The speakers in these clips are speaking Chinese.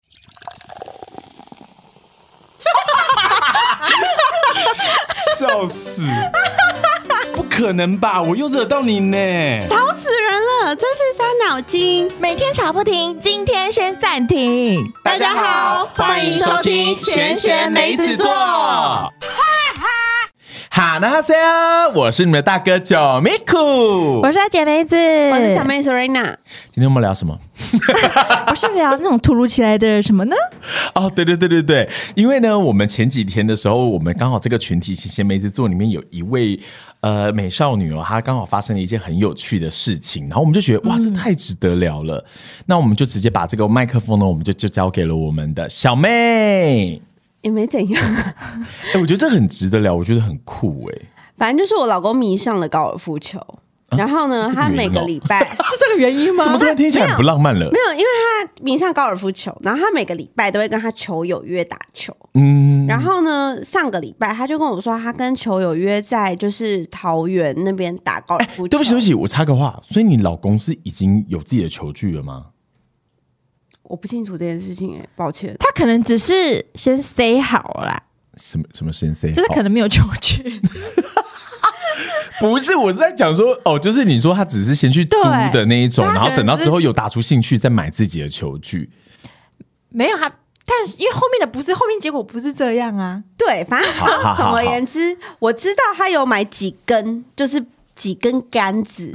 笑死！不可能吧？我又惹到你呢！吵死人了，真是伤脑筋。每天吵不停，今天先暂停。大家好欢迎收听闲闲梅子座哈那塞哦，我是你们的大哥九米酷。我是姐梅子，我我是小。妹 Serena，今天我们聊什么？不是聊那种突如其来的什么呢？哦，对对对对对，因为呢，我们前几天的时候，我们刚好这个群体闲闲梅子座里面有一位呃美少女哦，她刚好发生了一件很有趣的事情，然后我们就觉得嗯哇，这太值得聊了。那我们就直接把这个麦克风呢，我们就就交给了我们的小妹。也没怎样，哎、我觉得这很值得聊，我觉得很酷哎、反正就是我老公迷上了高尔夫球，然后呢，啊是这个他原因每个哦礼 拜。是这个原因吗怎么突然听起来很不浪漫了哦没？有，因为他迷上高尔夫球，然后他每个礼拜都会跟他球友约打球。嗯，然后呢，上个礼拜他就跟我说，他跟球友约在就是桃园那边打高尔夫球。哎对不起对不，起，我插个话，所以你老公是已经有自己的球具了吗？我不清楚这件事情、哎，抱歉。他可能只是先 say 好啦，什么什么先生？就是可能没有球具。不是，我是在讲说，哦，就是你说他只是先去租对的那一种，他然后等到人之后有打出兴趣再买自己的球具。没有他，但是因为后面的不是，后面结果不是这样啊。对，反正好好好总而好言之，我知道他有买几根，就是几根杆子，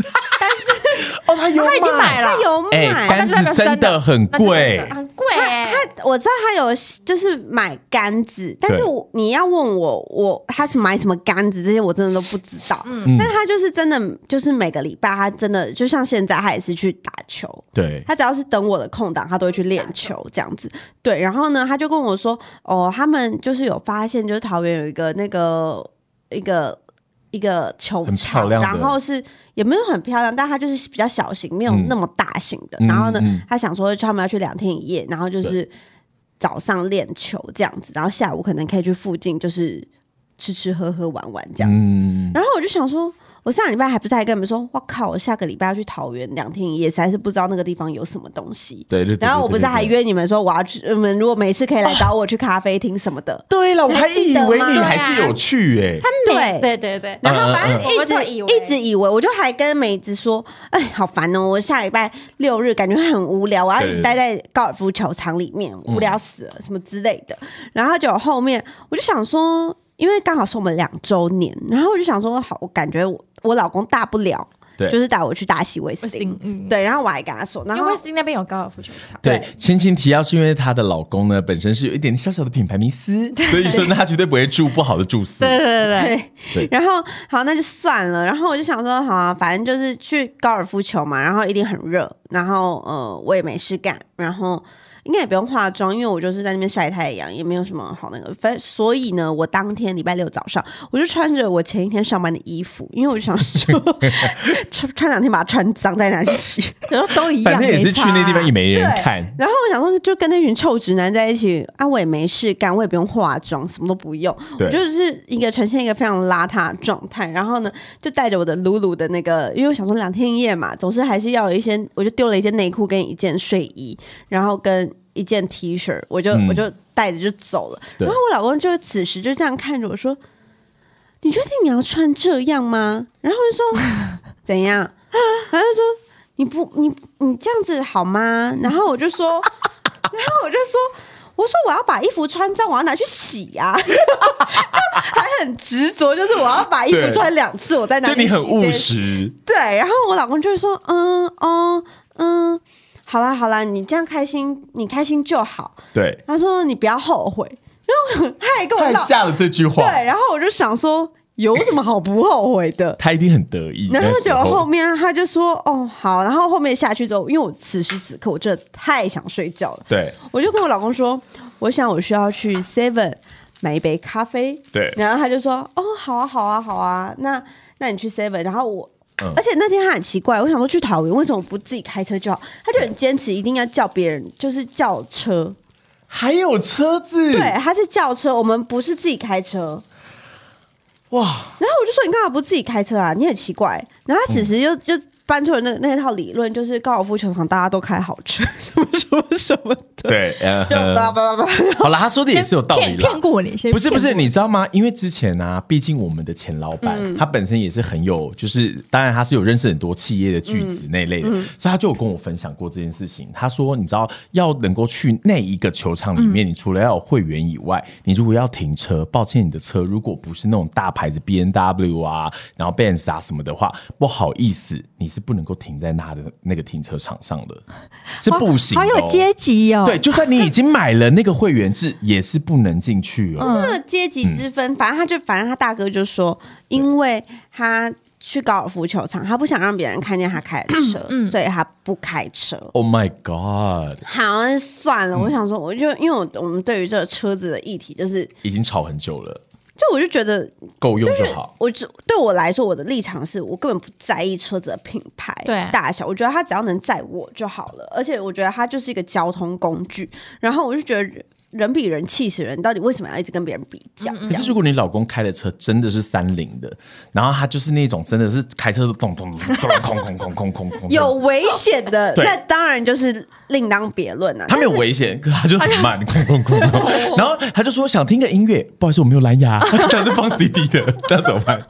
哦，他有他已经买了他，有哎、买。杆那就代子表真的很那真的贵，很贵欸。他我知道他有就是买杆子，但是对我你要问我我他是买什么杆子这些我真的都不知道。嗯，但他就是真的就是每个礼拜他真的就像现在他也是去打球，对，他只要是等我的空档，他都会去练球这样子。对，然后呢，他就跟我说，哦，他们就是有发现，就是桃园有一个那个一个一个球很漂场，亮的然后是也没有很漂亮，但它就是比较小型，没有嗯那么大型的。嗯然后呢，嗯嗯他想说他们要去两天一夜，然后就是早上练球这样子，然后下午可能可以去附近就是吃吃喝喝玩玩这样子。嗯，然后我就想说，我上礼拜还不是还跟你们说，我靠，我下个礼拜要去桃园两天一夜，实在是不知道那个地方有什么东西。对对对。然后我不是对还。对对约你们说我要去，你们如果没事可以来找我去咖啡厅什么的。对了，我还还记以得吗为你还是有去哎、对对对对，然后反正嗯嗯嗯一直我们都以为一直以为，我就还跟梅子说，哎，好烦哦！我下礼拜六日感觉很无聊，我要一直对待在高尔夫球场里面，无嗯聊死了，什么之类的。然后就后面我就想说，因为刚好是我们两周年，然后我就想说，好，我感觉我我老公大不了，对就是带我去大溪威斯汀威斯汀，嗯对，然后我还跟他说，然因后为威斯汀那边有高尔夫球场。对对，千金提要是因为她的老公呢，本身是有一点小小的品牌迷思，所以说呢，他绝对不会住不好的住宿。对对对对，对对 然后好，那就算了。然后我就想说，好啊，反正就是去高尔夫球嘛，然后一定很热，然后呃，我也没事干，然后应该也不用化妆，因为我就是在那边晒太阳，也没有什么好那个。反正所以呢，我当天礼拜六早上，我就穿着我前一天上班的衣服，因为我就想说 穿穿两天把它穿脏，再拿去洗。然后都一样，反正也是去那地方也没没啊对，人看，然后我想说，就跟那群臭直男在一起啊，我也没事干，我也不用化妆，什么都不用，对我就是一个呈现一个非常邋遢的状态。然后呢，就带着我的露露的那个，因为我想说两天一夜嘛，总是还是要有一些，我就丢了一件内裤跟一件睡衣，然差，然后跟一件 T 恤，我就、嗯我就带着就走了。对然后我老公就此时就这样看着我说：“你确定你要穿这样吗？”然后我就说：“怎样？”他就说：“你不你你这样子 好吗？”然后我就说，然后我就说。我说我要把衣服穿脏，我要拿去洗呀、啊， 就还很执着，就是我要把衣服对穿两次，我再拿就去洗。你很务实，对，然后我老公就会说，嗯，哦，嗯，好啦好啦，你这样开心，你开心就好。对，他说你不要后悔，然后他还跟我太唠，下了这句话，对，然后我就想说，有什么好不后悔的？他一定很得意。然后那时结候果后面他就说，哦，好，然后后面下去之后，因为我此时此刻我真的太想睡觉了，对我就跟我老公说，我想我需要去 Seven 买一杯咖啡。对然后他就说，哦，好啊，好啊，好啊，那那你去 Seven。然后我，嗯而且那天他很奇怪，我想说去桃园为什么不自己开车就好？他就很坚持一定要叫别人，就是叫车。还有车子，对，他是叫车，我们不是自己开车。哇，然后我就说，你干嘛不自己开车啊？你很奇怪。然后他此时又、就搬出了那那套理论，就是高尔夫球场大家都开好车， 什么什么什么的，对，呃就巴拉巴拉巴拉。好了，他说的也是有道理骗啦骗。过你，先不是不骗是，过你知道吗？因为之前啊，毕竟我们的前老板、嗯他本身也是很有，就是当然他是有认识很多企业的巨子那嗯类的，所以他就有跟我分享过这件事情。他说，你知道要能够去那一个球场里嗯面，你除了要有会员以外，你如果要停车，抱歉，你的车如果不是那种大牌子 B N W 啊，然后 Benz 啊什么的话，不好意思，你是不能够停在那的那个停车场上的，是好不行、哦好有阶级哦。对，，就算你已经买了那个会员制，也是不能进去哦。那个阶级之分，反正他就，反正他大哥就说，因为他去高尔夫球场，他不想让别人看见他开的车，所以他不开车。嗯 Oh my god，嗯好，那算了，我想说，我就因为我我们对于这个车子的议题，就是已经吵很久了，就我就觉得，够用就好。我只对我来说，我的立场是我根本不在意车子的品牌、对大小，我觉得它只要能载我就好了。而且我觉得它就是一个交通工具，然后我就觉得人比人气死人，到底为什么要一直跟别人比较？可是如果你老公开的车真的是三菱的，然后他就是那种真的是开车都咚咚咚咚空空空空空空，有危险的，对那当然就是另当别论啊。他没有危险，可他就很慢，空空空空。哎 然后他就说想听个音乐，不好意思，我没有蓝 牙，这样是放 CD 的，那怎么办？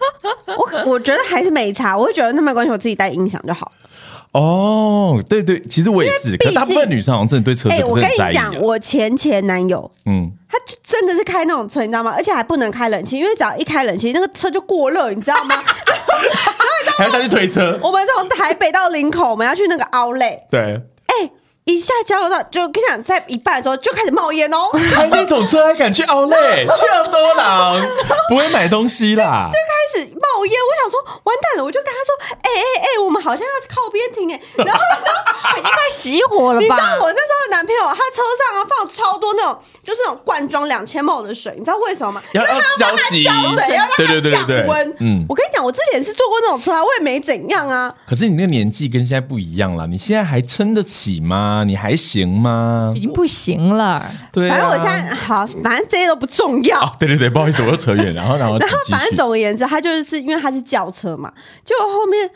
我我觉得还是没差，我会觉得那没关系，我自己带音响就好了。哦，对对，其实我也是，可是大部分女生好像真的对车哎、子我不是跟很在你意啊。讲，我前前男友嗯，他就真的是开那种车，你知道吗？而且还不能开冷气，因为只要一开冷气，那个车就过热，你知道吗？还要下去推车，我们从台北到林口，我们要去那个凹类，对。哎、一下交流道就跟你讲，在一半的时候就开始冒 烟哦，开开那种车还敢去奥莱，呛多狼，不会买东西啦。始冒烟。我想说，完蛋了，我就跟他说，哎哎哎，我们好像要靠边 停哎、然后你知道。已经快熄火了你知吧？道我那时候的男朋友，他车上啊放超多那种，就是那种罐装两千 ml 的水，你知道为什么吗？要要浇因洗为他要让它浇水，要让它对对对对降温对，嗯我跟你讲，我之前也是坐过那种车啊，我也没怎样啊。可是你那个年纪跟现在不一样啦，你现在还撑得起吗？你还行吗已？经不行了。对、啊，反正我现在好，反正这些都不重要。哦，对对对，不好意思，我又扯远了，然后 然后然后哦继续反正总而言之，他就是因为他是轿车嘛，结果后面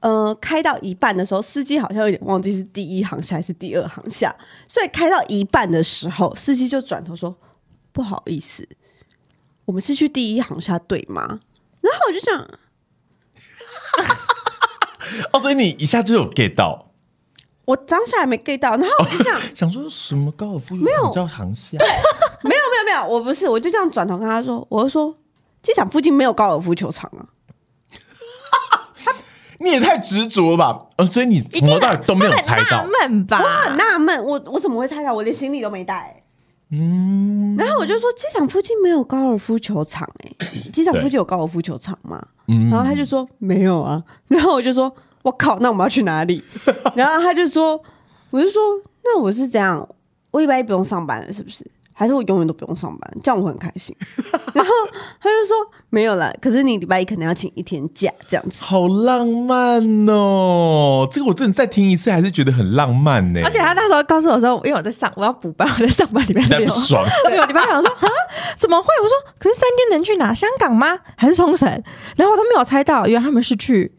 呃开到一半的时候，司机好像有点忘记是第一航下还是第二航下，所以开到一半的时候，司机就转头说：“不好意思，我们是去第一航下对吗？”然后我就想，哦，所以你一下就有 get 到，我当下还没 get 到，然后我就 想，想说什么高尔夫没有有叫航下，没有没有没有，我不是，我就这样转头跟他说，我就说机场附近没有高尔夫球场啊。你也太执着了吧？呃，所以你一从定头到尾都没有很猜纳到，闷吧？我很纳闷，我我怎么会猜到？我连行李都没带、嗯，然后我就说机场附近没有高尔夫球场哎、机场附近有高尔夫球场吗？嗯然后他就说没有啊，然后我就说我靠，那我们要去哪 里？然后他就说，我就说那我是怎样？我礼拜一不用上班了是不是？还是我永远都不用上班，这样我会很开 心。然后他就说没有了，可是你礼拜一可能要请一天假这样子。好浪漫哦！这个我真的再听一次，还是觉得很浪漫呢、而且他那时候告诉我的时候，因为我在上，我要补班，我在上班，礼拜你在六不。爽。对，我礼拜六想说啊，怎么会？我说，可是三天能去哪？香港吗？还是冲绳？然后我都没有猜到，原来他们是去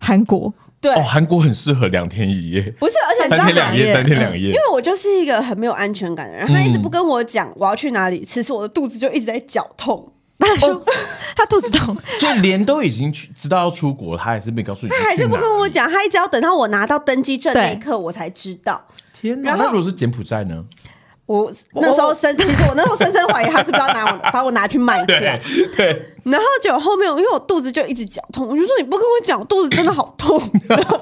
韩国。对，哦，韩国很适合两天一夜，不是，而且你知三道天吗两夜，三天两夜因。为我就是一个很没有安全感的人，他一嗯直不跟我讲我要去哪里，其实我的肚子就一直在绞痛。他说、哦 他肚子痛， 所以连都已经去知道要出国，他还是没告诉你， 他还是不跟我。讲，他一直要等到我拿到登机证那一刻我才知道。天哪！然后那如果是柬埔寨呢？我那时候深，其实我那时候深深怀疑他是不是要拿我 把我拿去卖掉。对啊对，然后结果后面，因为我肚子就一直绞痛，我就说你不跟我讲，我肚子真的好 痛。然后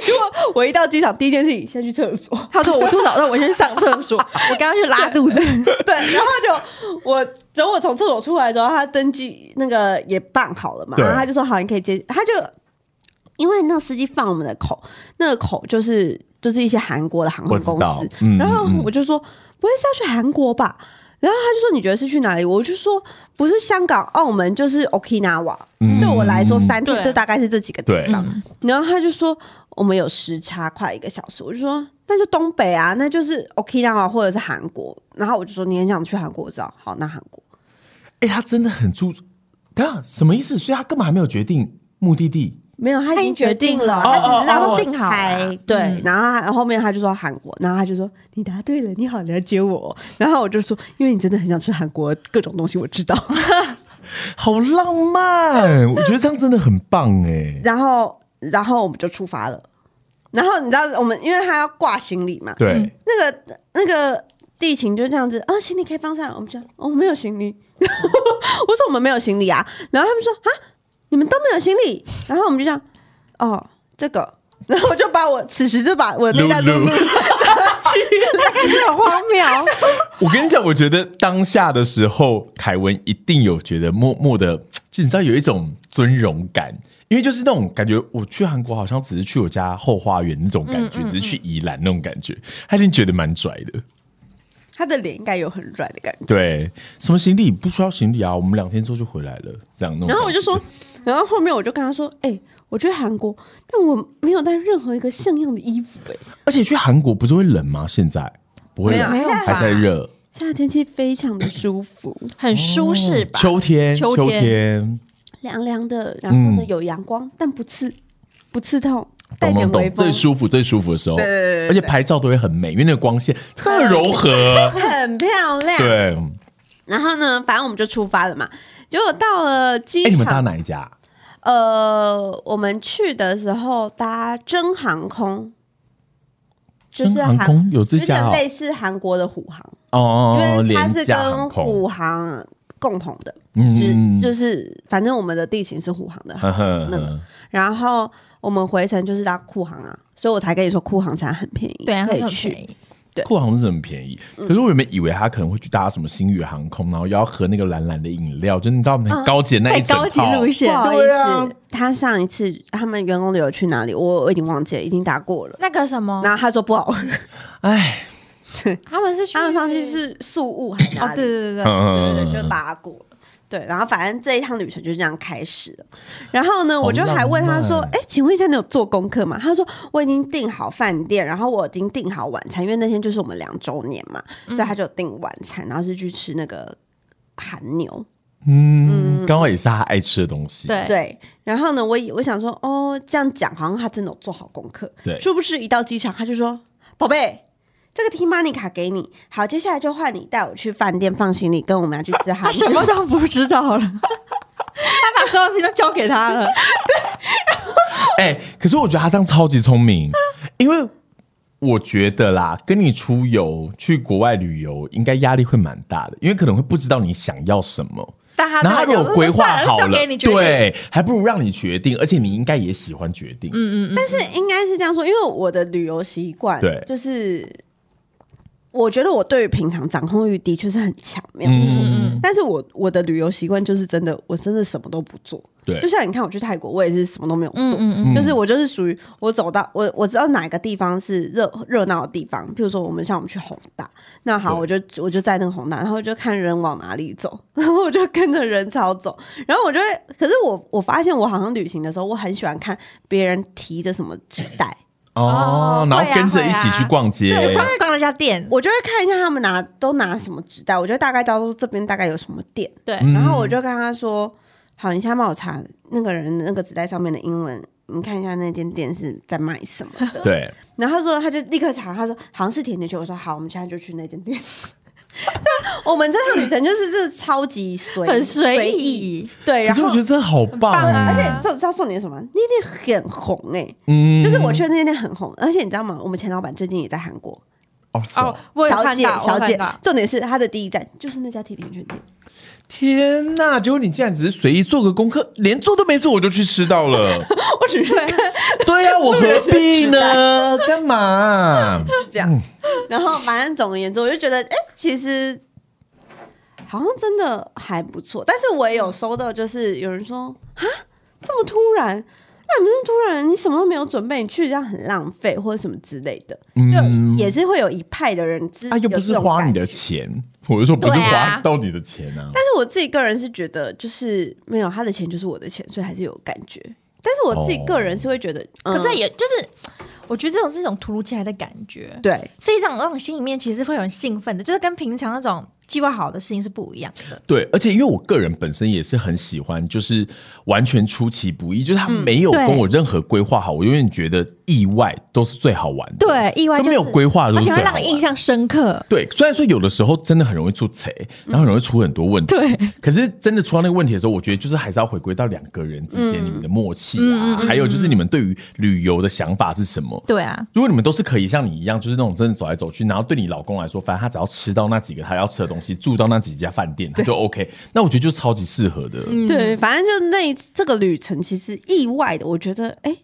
结果我一到机场，第一件事情先去厕所。他说我肚子好痛，我先上厕所，我刚刚去拉肚子。对，然后就我等我从厕所出来的时候，他登记那个也办好了嘛，对然后他就说好，你可以接，他就因为那个司机放我们的口，那个口就是就是一些韩国的航空我公知道司，嗯然后嗯嗯我就说不会是要去韩国吧？然后他就说你觉得是去哪里？我就说不是香港、澳门就是 Okinawa，、嗯对我来说三天对就大概是这几个地对方。然后他就说我们有时差快一个小时，我就说那就东北啊，那就是 Okinawa 或者是韩国。然后我就说你很想去韩国，我知道，好，那韩国。哎，他真的很注重。等一下什么意思？所以他根本还没有决定目的地。没有，他已已经经决决定定了，了他只是让哦哦哦我定好了猜对嗯，然后他后面他就说韩国，然后他就说你答对了，你好了解我。然后我就说，因为你真的很想吃韩国各种东西，我知 道。好浪漫，我觉得这样真的很棒哎、然后，然后我们就出发了。然后你知道，我们因为他要挂行李嘛， 对，嗯那个那个地勤就这样子啊，行李可以放下来。我们就哦，没有行李。 我说我们没有行李啊，然后他们说啊，你们都没有行李。然后我们就这样，哦，这个。然后我就把我此时就把我的那袋露露露露 感觉很荒谬。我跟你讲，我觉得当下的时候，凯文一定有觉得默默的，就你知道有一种尊荣感，因为就是那种感觉，我去韩国好像只是去我家后花园那种感嗯觉，只是去宜兰那种感觉，他一定觉得蛮拽的。他的脸应该有很软的感觉。对，什么行李不需要行李啊，我们两天之后就回来了，这样弄。然后我就说，然后后面我就跟他说，哎、我去韩国，但我没有带任何一个像样的衣服、哎，而且去韩国不是会冷吗？现在不会冷，没有吧还在热，现在天气非常的舒服，很舒哦适吧？秋天，秋天，天凉凉的，然后呢嗯有阳光，但不刺，不刺痛，带懂点懂微懂，风最，舒服最舒服的时候，对对对对而且拍照都会很美，因为那个光线特柔和。很漂亮。对，然后呢，反正我们就出发了嘛。结果到了机哎、你们搭场，哪一家？呃，我们去的时候搭真航空，就是真航韩空有这有家点哦类似韩国的虎航。哦哦，哦因为它廉是价跟航空，虎航共同的，嗯就是就是反正我们的地勤是虎航的，呵呵那呵个然后我们回程就是搭酷航啊，所以我才跟你说酷航才很便宜，对啊，可很以便去。宜。对酷航是很便宜，嗯可是我原本以为他可能会去搭什么星宇航空，然后又要喝那个蓝蓝的饮料，就是你知道很高级的那太一整啊高级套路不线，好意对思，啊他上一次他们员工旅游去哪里，我我已经忘记了，已经打过了。那个什么，然后他说不好 喝，哎，他们是去他们上次是宿务还是哪，哦里？对对对对，嗯对对对，就打过了。对，然后反正这一趟旅程就这样开始了。然后呢，好我就还问他浪说漫：“哎，请问一下，你有做功课吗？”他说：“我已经订好饭店，然后我已经订好晚餐，因为那天就是我们两周年嘛，所以嗯他就订晚餐，然后是去吃那个韩牛。嗯，刚好也是他爱吃的东西，对对，然后呢，我以我想说，哦，这样讲好像他真的有做好功课。对殊不知一到机场，他就说：“宝贝。”这个 T money 卡给你，好，接下来就换你带我去饭店放行李，跟我们要去吃 韩他牛。什么都不知道了，他把所有事情都交给他了。哎、可是我觉得他这样超级聪明，因为我觉得啦，跟你出游去国外旅游，应该压力会蛮大的，因为可能会不知道你想要什么。 但他然后他那如个果规划好就了给你，决定，对，还不如让你决定，而且你应该也喜欢决定。嗯，但是应该是这样说，因为我的旅游习惯，对就是我觉得我对于平常掌控欲的确是很强，没有错。嗯但是我我的旅游习惯就是真的，我真的什么都不做。对就像你看我去泰国，我也是什么都没有做，嗯嗯嗯，就是我就是属于我走到我我知道哪个地方是热热闹的地方，譬如说我们像我们去宏大，那好，对我就我就在那个宏大，然后就看人往哪里走， 然后我就跟着人潮走，然后我就会，可是我我发现我好像旅行的时候，我很喜欢看别人提着什么纸袋，哦哦，然会后啊跟着会一起啊去逛街，我刚逛了一家店，我就会看一下他们拿都拿什么纸袋，我就大概知道说这边大概有什么店，对，嗯然后我就跟他说：“好，你现在帮我查那个人那个纸袋上面的英文，你看一下那间店是在卖什么 的。”对，然后他说他就立刻查，他说好像是甜甜圈。我说好，我们现在就去那间店。 所以我们这趟旅程就是这超级随很随意，意，对。可然是我后觉得真的好棒棒啊哎，而且知道重点是什么？那间很红哎、嗯就是我去的那间店很红，而且你知道吗？我们前老板最近也在韩国，哦是哦哦，，我有小看姐到，小我姐有看到，重点是她的第一站就是那家甜甜圈店，天呐！结果你竟然只是随意做个功课，连做都没做，我就去吃到了。 我只是看对啊，我何必 呢？干嘛、这样。然后反正总而言之，我就觉得，哎、其实好像真的还不错。但是我也嗯有收到，就是有人说啊，这么突然。那你么突然，你什么都没有准备，你去这样很浪费，或者什么之类的，嗯就也是会有一派的人是啊，又不有这是种花你感的觉。钱，我是说不是对花啊到你的钱啊。但是我自己个人是觉得，就是没有他的钱就是我的钱，所以还是有感觉。但是我自己个哦人是会觉得，可是嗯也就是，我觉得这种是一种突如其来的感觉，对是一种让心里面其实会很兴奋的，就是跟平常那种计划好的事情是不一样的。对，而且因为我个人本身也是很喜欢，就是完全出其不意，就是他嗯没有对跟我任何规划好，我永远觉得意外都是最好玩的。对，意外、就就是、没有规划的时候而且最会好让玩你印象深刻。对，虽然说有的时候真的很容易出贼，然后很容易出很多问题。嗯对，可是真的出到那个问题的时候，我觉得就是还是要回归到两个人之间你们的默契啊，嗯还有就是你们对于旅游的想法是什么。对啊，如果你们都是可以像你一样，就是那种真的走来走去，然后对你老公来说，反正他只要吃到那几个他要吃的东西，住到那几家饭店，他就 OK。那我觉得就超级适合的。嗯对，反正就那一这个旅程，其实意外的，我觉得哎，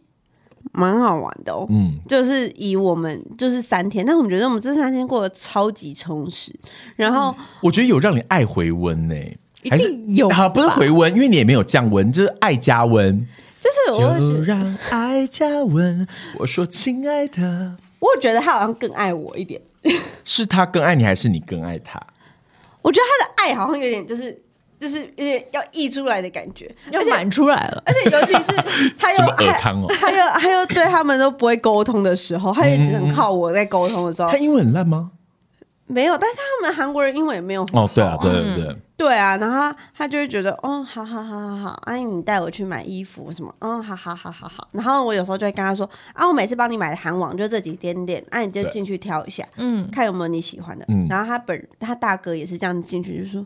蛮、好玩的哦。嗯，就是以我们就是三天，但我们觉得我们这三天过得超级充实。然后、我觉得有让你爱回温呢、一还是定有啊，不是吧回温，因为你也没有降温，就是爱加温。就是我会觉就得，让爱加温。我说，亲爱的，我觉得他好像更爱我一点。是他更爱你，还是你更爱他？我觉得他的爱好像有点就是就是有点要溢出来的感觉，要满出来了。而且尤其 是他又什么尔 还康哦他又他又对他们都不会沟通的时候，他也只能靠我在沟通的时候嗯他，英文很烂吗？没有。但是他们韩国人英文也没有很哦，对好啊，对对对，对啊，然后他就会觉得，哦，好好好好好，阿姨你带我去买衣服什么，哦，好好好好好。然后我有时候就会跟他说，啊，我每次帮你买的韩网就这几点点，啊，你就对进去挑一下，嗯，看有没有你喜欢的。嗯然后他本他大哥也是这样进去，就说，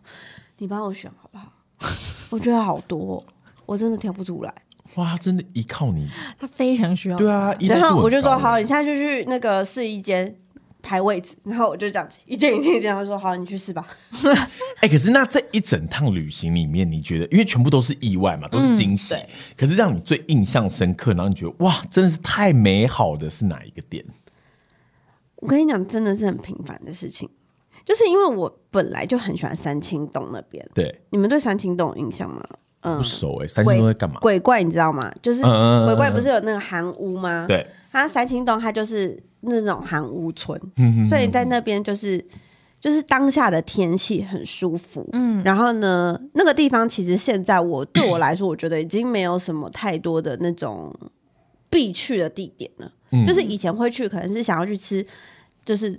你帮我选好不好？ 我觉得好多哦、我真的挑不出来。哇，真的依靠你。他非常需要。对啊，依赖嗯然度后很我就说高好，你现在就去那个试衣间排位置。然后我就这样子一件一件一件，他说好，你去试吧。哎、可是那这一整趟旅行里面，你觉得，因为全部都是意外嘛，都是惊喜、嗯对可是让你最印象深刻，然后你觉得哇，真的是太美好的是哪一个点？我跟你讲，真的是很平凡的事情，就是因为我本来就很喜欢三清洞那边。对，你们对三清洞有印象吗？嗯不，熟哎、三星都在干嘛？鬼怪你知道吗？就是嗯嗯嗯嗯鬼怪不是有那个韩屋吗？，对，它三清洞它就是那种韩屋村，嗯所以在那边就是。就是当下的天气很舒服，嗯嗯，然后呢，那个地方其实现在我对我来说，我觉得已经没有什么太多的那种必去的地点了。嗯就是以前会去，可能是想要去吃，就是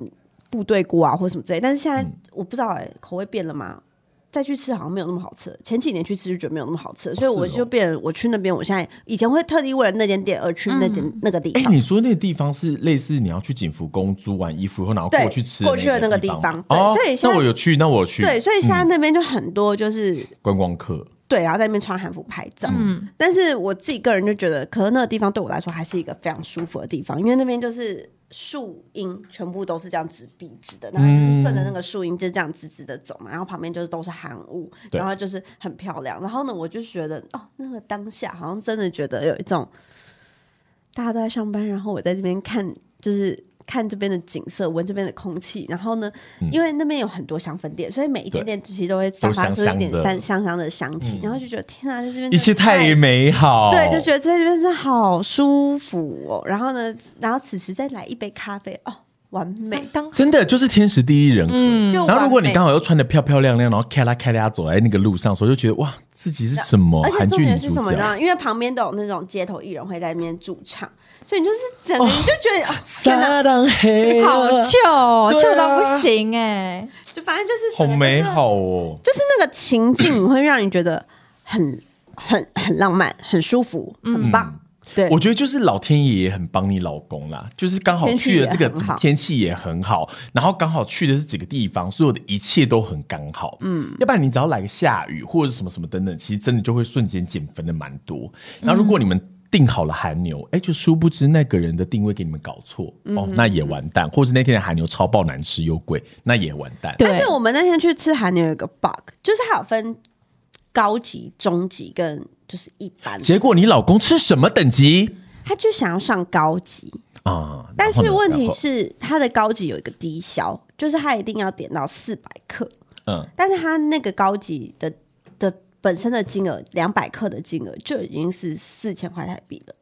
部队锅啊或什么之类，但是现嗯在我不知道哎、口味变了吗？再去吃好像没有那么好吃了，前几年去吃就觉得没有那么好吃了，所以是哦我就变，我去那边，我现在以前会特地为了那间店而去那间、那个地哎、方。你说那个地方是类似你要去景福宫租完衣服以后，然后过对去吃过去的那个地方吗哦，方对所以现在那我有去，那我有去，对，所以现在嗯那边就很多就是、观光客，对，然后在那边穿韩服拍照。嗯，但是我自己个人就觉得，可能那个地方对我来说还是一个非常舒服的地方，因为那边就是树荫全部都是这样直笔直的，然后就是顺着那个树荫就这样直直的走嘛，然后旁边就是都是韩屋，对然后就是很漂亮。然后呢，我就觉得哦，那个当下好像真的觉得有一种大家都在上班，然后我在这边看就是。看这边的景色，闻这边的空气，然后呢，因为那边有很多香氛店，所以每一间对店其实都会散发都出香一香点的香香香的香气，然后就觉得天啊，在这边一真切的太太美好，对，就觉得在这边是好舒服哦。然后呢，然后此时再来一杯咖啡，哦，完美。刚真的就是天时地利人和。嗯，就然后，如果你刚好，好又穿的漂漂亮亮，然后咔啦咔啦走在那个路上的时候，就觉得哇，自己是什么而且韩重剧点女是主什么角？呢？因为旁边都有那种街头艺人会在那边驻唱，所以你就是整个你就觉得，哦、天哪，当黑好旧哦，对啊旧到不行哎。就反正就是好整个就是美好哦！就是那个情境会让你觉得很很很浪漫，很舒服，很棒。对，嗯我觉得就是老天爷也很帮你老公啦，就是刚好去了这个天气也很好天气也很好，然后刚好去的是几个地方，所有的一切都很刚好。嗯，要不然你只要来个下雨或者什么什么等等，其实真的就会瞬间减分的蛮多。然后如果你们定好了韩嗯牛，哎，就殊不知那个人的定位给你们搞错哦，那也完蛋。或是那天的韩牛超爆难吃又贵，那也完蛋。对但是我们那天去吃韩牛有一个 bug，就是它有分高级、中级跟就是一般。结果你老公吃什么等级他就想要上高级，啊？但是然后呢问题然后是他的高级有一个低消，就是他一定要点到四百克，嗯，但是他那个高级的的本身的金额两百克的金额就已经是四千块台币了，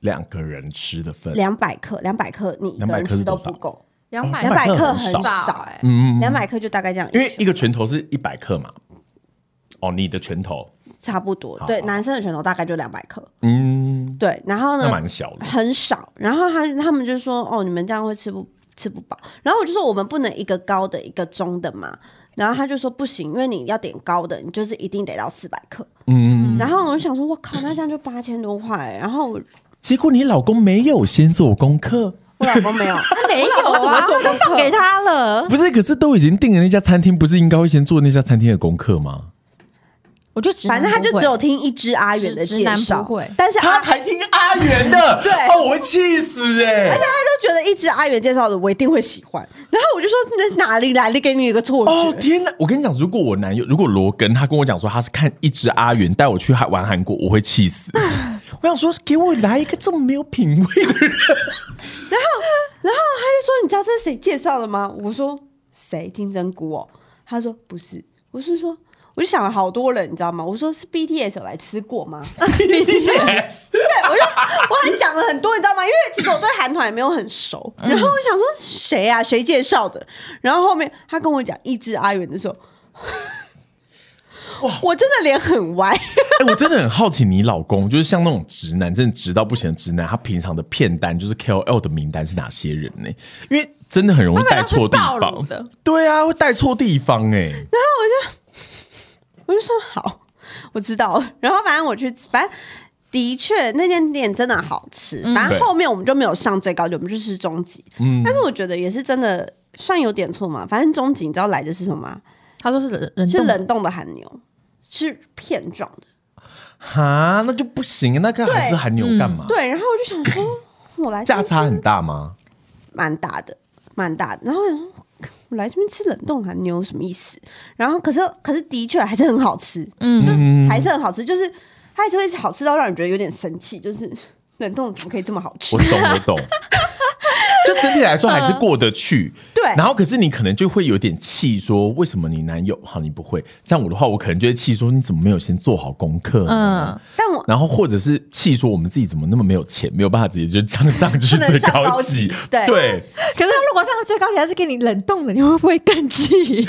两个人吃的份，两百克两百克你一个人200克是吃都多少不够，两百两百克很很少少哎，嗯嗯嗯两百克就大概这样，因为一个拳头是一百克嘛，哦，你的拳头，差不多好对好男生的拳头大概就两百克，嗯，对，然后那呢蛮小的，很少，然后他他们就说哦你们这样会吃不吃不饱，然后我就说我们不能一个高的一个中的嘛。然后他就说不行，因为你要点高的，你就是一定得到四百克。嗯，然后我就想说，我靠，那这样就八千多块。然后我结果你老公没有先做功课，我老公没有，他没有我怎么啊，做他功放 课给他了。不是？可是都已经订了那家餐厅，不是应该会先做那家餐厅的功课吗？我就直反男正他就不会只有听一只阿远的介直直男绍不会，但是阿他还听阿元的，对哦，我会气死哎、大家都觉得一直阿元介绍的我一定会喜欢，然后我就说那哪里来的给你一个错觉？哦天哪！我跟你讲，如果我男友，如果罗根他跟我讲说他是看一只阿元带我去韩玩韩国，我会气死。我想说，给我来一个这么没有品味的人，然后他就说你知道这是谁介绍的吗？我说谁金针菇哦，他说不是，我是说我就想了好多人，你知道吗？我说是 BTS 有来吃过吗？ 对，我就我还讲了很多，你知道吗？因为其实我对韩团也没有很熟，然后我想说谁啊，谁介绍的？然后后面他跟我讲一只阿元的时候， 我真的脸很歪。 哎、我真的很好奇，你老公就是像那种直男，真的直到不行的直男，他平常的片单就是 KOL 的名单是哪些人呢、因为真的很容易带错地他们都是暴方露的。对啊，会带错地方哎、我就说好，我知道了。然后反正我去，反正的确那间店真的好吃。反正后面我们就没有上最高级，我们就吃中级。嗯但是我觉得也是真的算有点错嘛。反正中级你知道来的是什么吗？他说是冷冷是冻冷冻的韩牛，是片状的。哈，那就不行，啊那个还是韩牛干嗯嘛？对，然后我就想说，我来这价边差很大吗？蛮大的，蛮大的。然后我想说，我来这边吃冷冻韩牛什么意思？然后可是可是的确还是很好吃，嗯，还是很好吃，就是它还是会好吃到让你觉得有点生气，就是冷冻怎么可以这么好吃我？懂，我懂。就整体来说还是嗯过得去， 对然后可是你可能就会有点气，说为什么你男友好你不会？像我的话，我可能就会气说你怎么没有先做好功课？嗯嗯，但我然后或者是气说我们自己怎么那么没有钱，没有办法直接就上上去不能最上高高级级。对对，可是如果上了最高级，还是给你冷冻的，你会不会更气？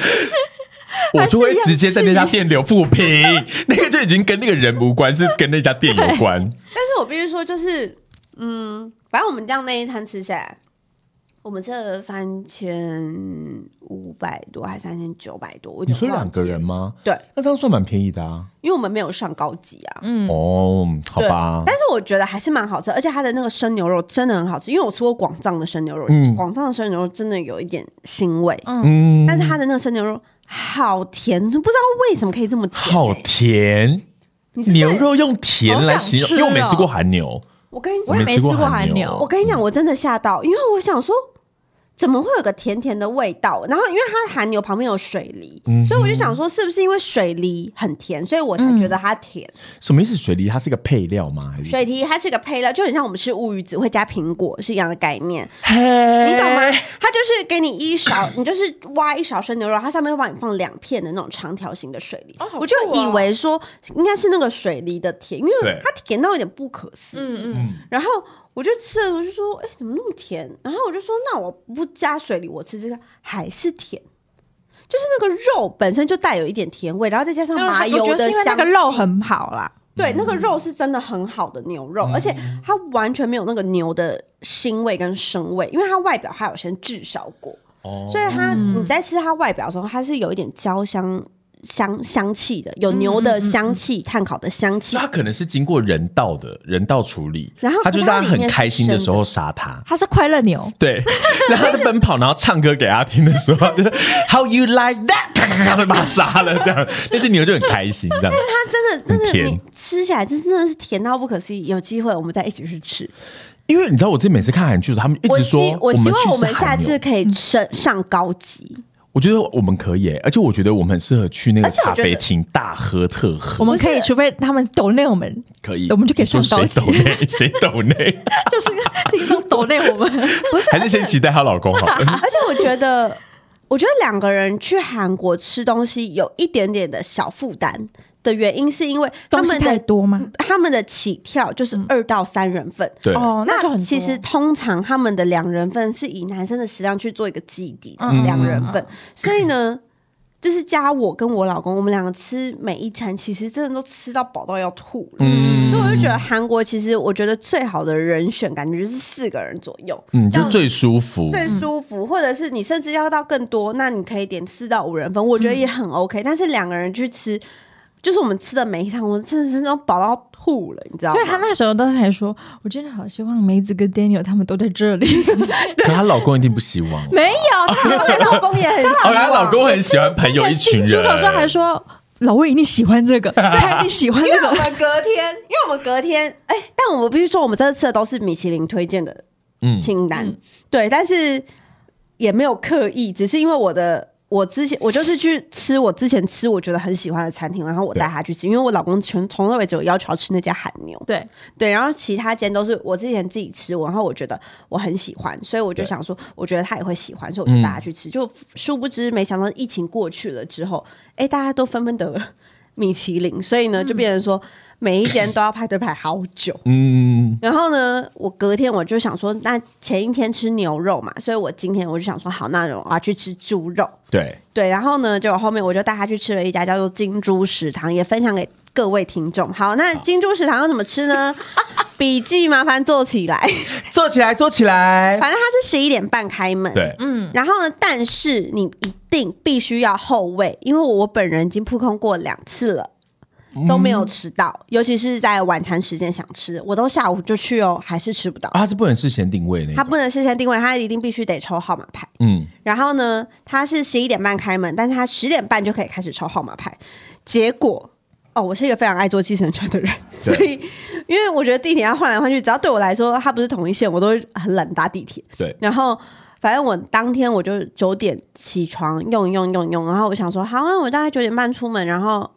我就会还是一样直接在那家气店留负评，那个就已经跟那个人无关，是跟那家店有关。但是我必须说，就是嗯，反正我们这样那一餐吃下来，我们吃了三千五百多，还三千九百多，我有你说点忘两个记了人吗？对，那这样算蛮便宜的啊。因为我们没有上高级啊，嗯哦，好对，吧但。是我觉得还是蛮好吃，而且它的那个生牛肉真的很好吃，因为我吃过广藏的生牛肉，嗯广藏的生牛肉真的有一点腥味，嗯，但是它的那个生牛肉好甜，不知道为什么可以这么甜、好欸甜，牛肉用甜来形好想吃容，因哦为我没吃过韩牛，我跟你我讲，也没吃吃过韩韩牛我跟你讲，我真的吓到，因为我想说。怎么会有个甜甜的味道？然后因为它韩牛旁边有水梨，嗯所以我就想说，是不是因为水梨很甜，所以我才觉得它甜？什么意思？水梨它是一个配料吗？还是水梨它是一个配料，就很像我们吃乌鱼子会加苹果是一样的概念。你你懂吗？？它就是给你一勺，你就是挖一勺生牛肉，它上面会帮你放两片的那种长条形的水梨。哦好酷哦我就以为说应该是那个水梨的甜，因对为它甜到有点不可思议。嗯嗯，然后我就吃了，我就说，哎、怎么那么甜？然后我就说，那我不加水梨，我吃这个还是甜。就是那个肉本身就带有一点甜味，然后再加上麻我油觉得的是因为香那气，个肉很好啦。对，那个嗯肉是真的很好的牛肉，而且它完全没有那个牛的腥味跟生味，因为它外表它有先炙烧过，哦所以它、你在吃它外表的时候，它是有一点焦香香香气的，有牛嗯的香气、炭烤的香气所以它，可能是经过人道的人道处理，然后他就在他可是它里很面是开心的时候杀他。它是快乐牛，对， 然后他在奔跑，然后唱歌给他听的时候， 他就是 How you like that？咔 咔咔就把他杀了， 这样那只牛就很开心，这样。它真的真很的甜你吃起来这真的是甜到不可思议。有机会我们再一起去吃。因为你知道，我自己每次看韩剧，的时候，他们一我直希说我希望去我吃们下韩牛次可以上上高级，我觉得我们可以耶、而且我觉得我们很适合去那个而且我咖觉得啡厅大喝特喝我。们可以，除非他们抖内我 们，可以，我们就可以上高谁级抖内， 谁抖内，就是听众抖内我们。 不是还是先期待她老公好 了。而且我觉得，我觉得两个人去韩国吃东西有一点点的小负担的原因，是因为他东西们太的多吗？他们的起跳就是二到三人份。对，哦，那就很多其实通常他们的两人份是以男生的食量去做一个基底的嗯两人份，所以呢， 就是加我跟我老公，我们两个吃每一餐，其实真的都吃到饱到要吐了。嗯，所以我就觉得韩国其实我觉得最好的人选，感觉就是四个人左右，嗯，这就样最舒服，最舒服，或者是你甚至要到更多，那你可以点四到五人份，我觉得嗯也很 OK、但是两个人去吃，就是我们吃的每一餐，我真的是都饱到吐了，你知道所以他 吗？那时候当时还说，我真的好希望梅子跟 Daniel 他们都在这 里。可她老公一定不希 望。没有，他我 老公也很喜哦，她欢，老公很喜欢朋友一群人，出头时候还说。老魏一定喜欢 这个，他一定喜欢因这为我个。们隔天，因为我们隔天，哎、但我们必须说，我们这次吃的都是米其林推荐的嗯清单，对，但是也没有刻意，只是因为我的。我之前我就是去吃我之前吃我觉得很喜欢的餐厅，然后我带他去吃，因为我老公全从头到尾只有要求要吃那家韩牛， 对，对，然后其他间都是我之前自己吃过，然后我觉得我很喜欢，所以我就对想说，我觉得他也会喜欢，所以我就带他去吃。就殊不知，没想到疫情过去了之后，哎，大家都纷纷得 了米其林，所以呢，就变成说、每一间都要排队排好久。嗯，然后呢，我隔天我就想说，那前一天吃牛肉嘛，所以我今天我就想说，好，那我要去吃猪肉。对，对，然后呢，就后面我就带他去吃了一家叫做金猪食堂，也分享给各位听众。好，那金猪食堂要怎么吃呢？笔记麻烦做起来。坐起来，坐起来，反正它是十一点半开门，。对，嗯，然后呢，但是你一定必须要后位，因为我本人已经扑空过两次了。都没有吃到，尤其是在晚餐时间想吃，我都下午就去哦，还是吃不到。啊，是不能事先定位那他种，不能事先定位，他一定必须得抽号码牌。嗯，然后呢，他是十一点半开门，但是他十点半就可以开始抽号码牌。结果，哦，我是一个非常爱坐计程车的人，所对以因为我觉得地铁要换来换去，只要对我来说它不是同一线，我都会很懒得搭地铁。对，然后反正我当天我就九点起床用一用用一用，然后我想说好，那我大概九点半出门，然后。哎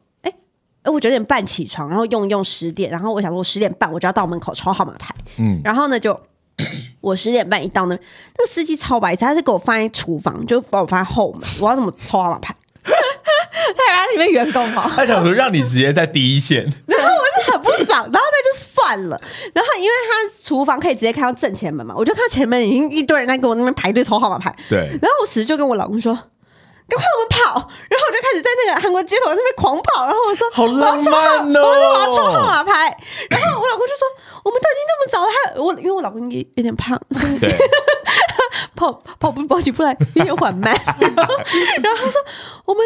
哎，我九点半起床，然后用一用十点，然后我想说，我十点半我就要到门口抽号码牌，嗯，然后呢，就 我十点半一到那，那司机超白痴，他是给我放在厨房，就把我放在后门，我要怎么抽号码牌？他原来是你们员工哦。他想说让你直接在第一线，然后我就很不爽，然后那就算了。然后因为他厨房可以直接开到正前门嘛，我就看到前门已经一堆人在跟我那边排队抽号码牌，对，然后我此时就跟我老公说。赶快我们跑！然后我就开始在那个韩国街头那边狂跑，然后我说好浪漫我要哦抽号码牌。然后我老公就说：“我们都已经这么早了，还有我因为我老公也有点胖，所以对，跑跑步跑起步来有点缓慢，然后然后他说我们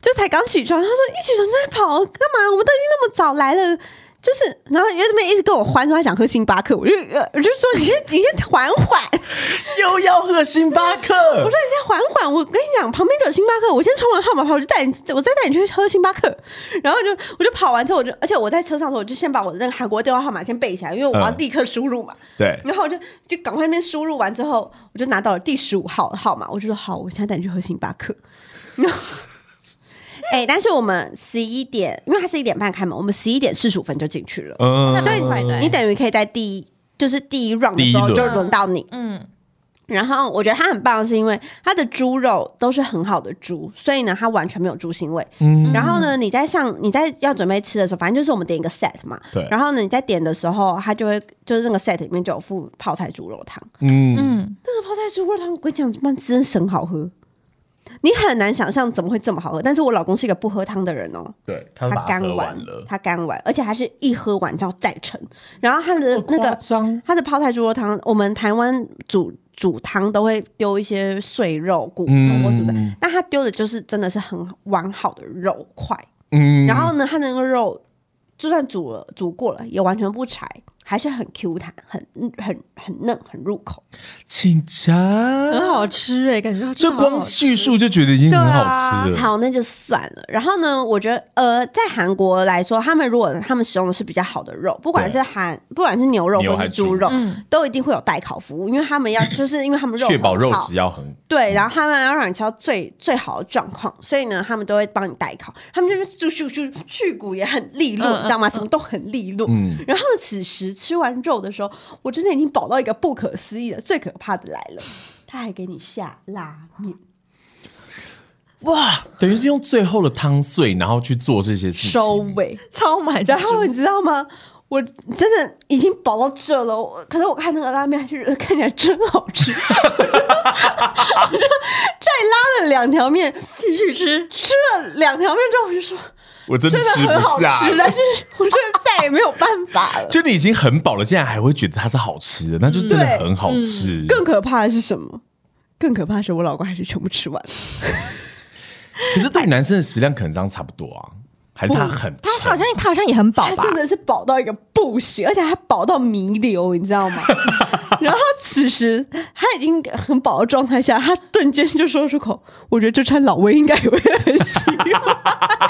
就才刚起床，他说一起床就在跑干嘛？我们都已经那么早来了。就是，然后因为那边一直跟我欢说他想喝星巴克，我就呃我就说你先你先缓缓， 我又要喝星巴克，说你先缓缓，我跟你讲旁边就有星巴克，我先充完号码牌，我就带你，我再带你去喝星巴克，然后就我就跑完之后，我就而且我在车上的时候，我就先把我的那个韩国电话号码先背起来，因为我要嗯立刻输入嘛，对，然后我就就赶快那边输入完之后，我就拿到了第十五号的号码，我就说好，我现在带你去喝星巴克。 然后哎、但是我们十一点，因为它是一点半开门，我们十一点四十五分就进去了，嗯，那蛮快的你等于可以在第一就是第一 round 第的一时候轮就轮到你。嗯，然后我觉得它很棒，是因为它的猪肉都是很好的猪，所以呢，它完全没有猪腥味。嗯然后呢，你在上你在要准备吃的时候，反正就是我们点一个 set 嘛。对然后呢，你在点的时候，它就会就是那个 set 里面就有附泡菜猪肉汤。嗯，嗯，那个泡菜猪肉汤，我跟你讲，妈真神好喝。你很难想象怎么会这么好喝，但是我老公是一个不喝汤的人哦，对，他他把它干喝完完了，他干完，而且他是一喝完之后再盛，然后他的好那夸个张，他的泡菜猪肉汤，我们台湾煮煮汤都会丢一些碎肉、骨头或什么的，嗯那他丢的就是真的是很完好的肉块，嗯然后呢，它那个肉就算煮了煮过了，也完全不柴，还是很 Q 弹，很很很嫩，很入口。请假，很好吃哎，感觉它真就的好光好吃叙述就觉得已经很好吃了，好，那就算了。然后呢，我觉得呃，在韩国来说，他们如果他们使用的是比较好的肉，不管对是韩，不管是牛肉牛或还是猪猪肉，嗯都一定会有代烤服务，因为他们 要就是因为他们肉确保很肉好质要很对，然后他们要让你吃到最最好的状况，所以呢，他们都会帮你代烤。他们就是咻咻咻，去骨也很利落，嗯你知道吗？什么都很利落。嗯然后此时吃完肉的时候，我真的已经饱到一个不可思议的，最可怕的来了，他还给你下拉面。哇，等于是用最后的汤碎，然后去做这些事情，收尾，超满足然后你知道吗？我真的已经饱到这了，我可是我看那个拉面还是看起来真好吃， 我就我就再拉了两条面，继续吃。吃了两条面之后，我就说我真的真的吃很好不下。吃，但是我真的再也没有办法了。 就你已经很饱了，竟然还会觉得它是好吃的，那就是真的很好吃。更可怕的是什么？更可怕的是我老公还是全部吃完了，可是对于男生的食量可能这样差不多啊，还是他很他好 像撑他好像也很饱他吧真？的是饱到一个不行，而且还饱到弥留，你知 道吗？然后此时他已经很饱的状态下，他顿间就说出口：“我觉得这餐老魏应该也会很喜欢，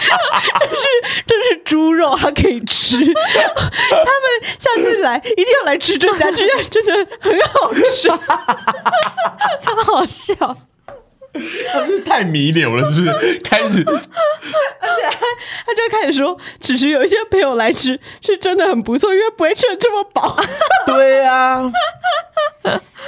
这是这是猪肉，他可以吃。他们下次来一定要来吃这家，这家真的很好吃。” 超好笑。他是太弥留了，是不是？ 开始他就开始说，只是有一些朋友来吃是真的很不错，因为不会吃的这么饱。对啊。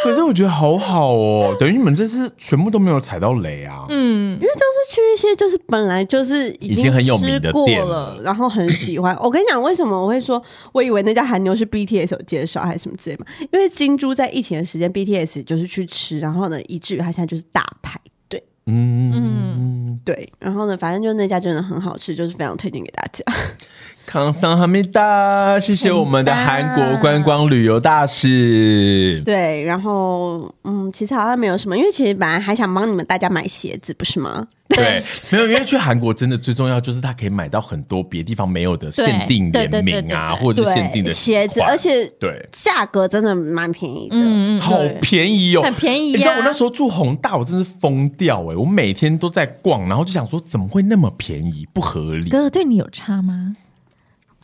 可是我觉得好好哦，等于你们这次全部都没有踩到雷啊。嗯，因为就是去一些就是本来就是已已经很有吃名的过店了，然后很 喜欢。我跟你讲，为什么我会说，我以为那家韩牛是 BTS 有介绍还是什么之类嘛？因为金珠在疫情的时间，BTS 就是去吃，然后呢，以至于他现在就是大排队。嗯，对，然后呢，反正就那家真的很好吃，就是非常推荐给大家。 康桑哈密达，谢谢我们的韩国观光旅游大使。对，然后嗯，其实好像没有什么，因为其实本来还想帮你们大家买鞋子，不是吗？对，没有，因为去韩国真的最重要就是他可以买到很多别地方没有的限定对联对对名啊，对对对或者对，是限定的鞋子，款而且嗯对，价格真的蛮便宜的。嗯好便宜哦，很便宜呀你知道我那时候住宏大，我真是疯掉哎、我每天都在逛，然后就想说怎么会那么便宜，不合理。哥对你有差吗？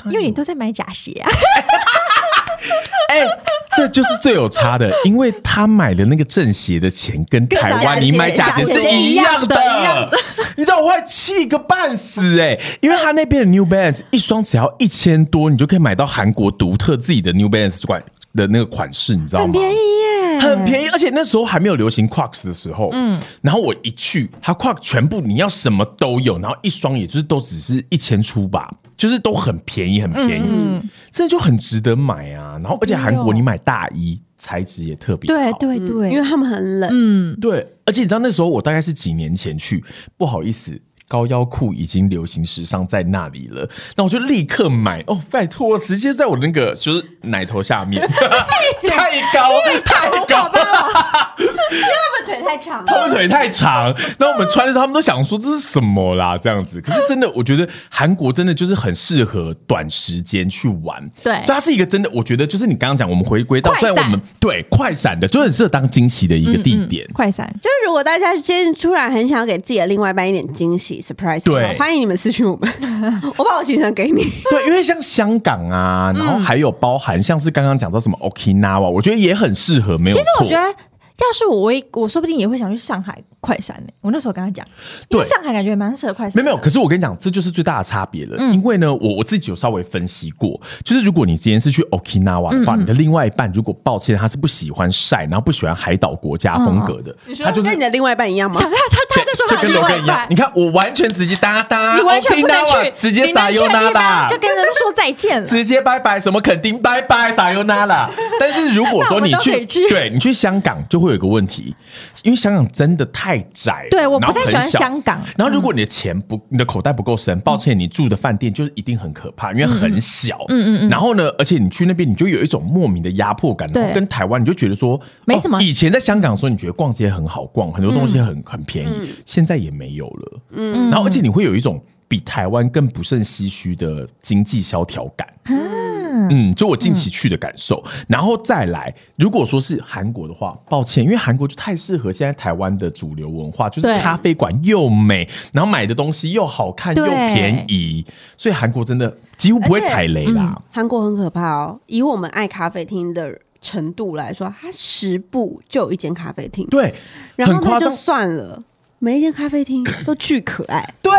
因当为你然有都在买假鞋啊。哎、 这就是最有差的，因为他买的那个正鞋的钱跟台湾你买假鞋是一样的，一样的 你知道我会气个半死哎、因为他那边的 New Balance 一双只要一千多，你就可以买到韩国独特自己的 New Balance 款的那个款式，你知道吗？很便宜耶，很便宜，而且那时候还没有流行 Crocs 的时候，嗯，然后我一去，它 Crocs 全部你要什么都有，然后一双也就是都只是一千出吧，就是都很便宜，很便宜，真的就很值得买啊。然后而且韩国你买大衣材质也特别好，对对对，因为他们很冷， 嗯，对，而且你知道那时候我大概是几年前去，不好意思。高腰裤已经流行时尚在那里了，那我就立刻买哦！拜托，直接在我那个就是奶头下面， 太高太高，他们腿太长他们腿太长，然后我们穿的时候，他们都想说这是什么啦，这样子。可是真的，我觉得韩国真的就是很适合短时间去玩，对所以它是一个真的，我觉得就是你刚刚讲，我们回归到快虽闪然我们对快闪的，就很适合当惊喜的一个地点。快闪，就是如果大家今天突然很想要给自己的另外一半一点惊喜，surprise，对的话欢迎你们私信我们， 我把我行程给你。对，因为像香港啊，然后还有包含像是刚刚讲到什么 Okinawa，我觉得也很适合，没有其错。实我觉得。要是我，我也我说不定也会想去上海快闪呢、我那时候跟他讲，因为对上海感觉也蛮适合快闪没的。有没有，可是我跟你讲，这就是最大的差别了。嗯因为呢，我我自己有稍微分析过，就是如果你今天是去 Okinawa 的话，嗯你的另外一半如果抱歉他是不喜欢晒，然后不喜欢海岛国家风格嗯的，他就是跟你的另外一半一样吗？他那时候就还有跟另罗外根一一样半。你，看我完全直接哒哒，你完全不能 Okinawa 去，直接你撒能去尤的那地拉方，就跟人说再见了。直接拜拜，什么肯定拜拜，撒尤那拉。 但是如果说你那我们都可去，以去对你去香港，就会有一个问题，因为香港真的太窄了，对我不然后太很喜欢小香港然后如果你的钱不，你的口袋不够深，抱歉，你住的饭店就是一定很可怕，因为很小。嗯嗯嗯。然后呢，而且你去那边，你就有一种莫名的压迫感，然后对跟台湾你就觉得说没什么哦以前在香港的时候，你觉得逛街很好逛，很多东西很很便宜，现在也没有了。嗯。然后而且你会有一种。比台湾更不胜唏嘘的经济萧条感，嗯，就我近期去的感受，然后再来，如果说是韩国的话，抱歉，因为韩国就太适合现在台湾的主流文化，就是对咖啡馆又美，然后买的东西又好看又对便宜，所以韩国真的几乎不会踩雷啦。韩国很可怕哦，以我们爱咖啡厅的程度来说，它十步就有一间咖啡厅，对，然后很那夸就张，算了，每一间咖啡厅都巨可 爱，对，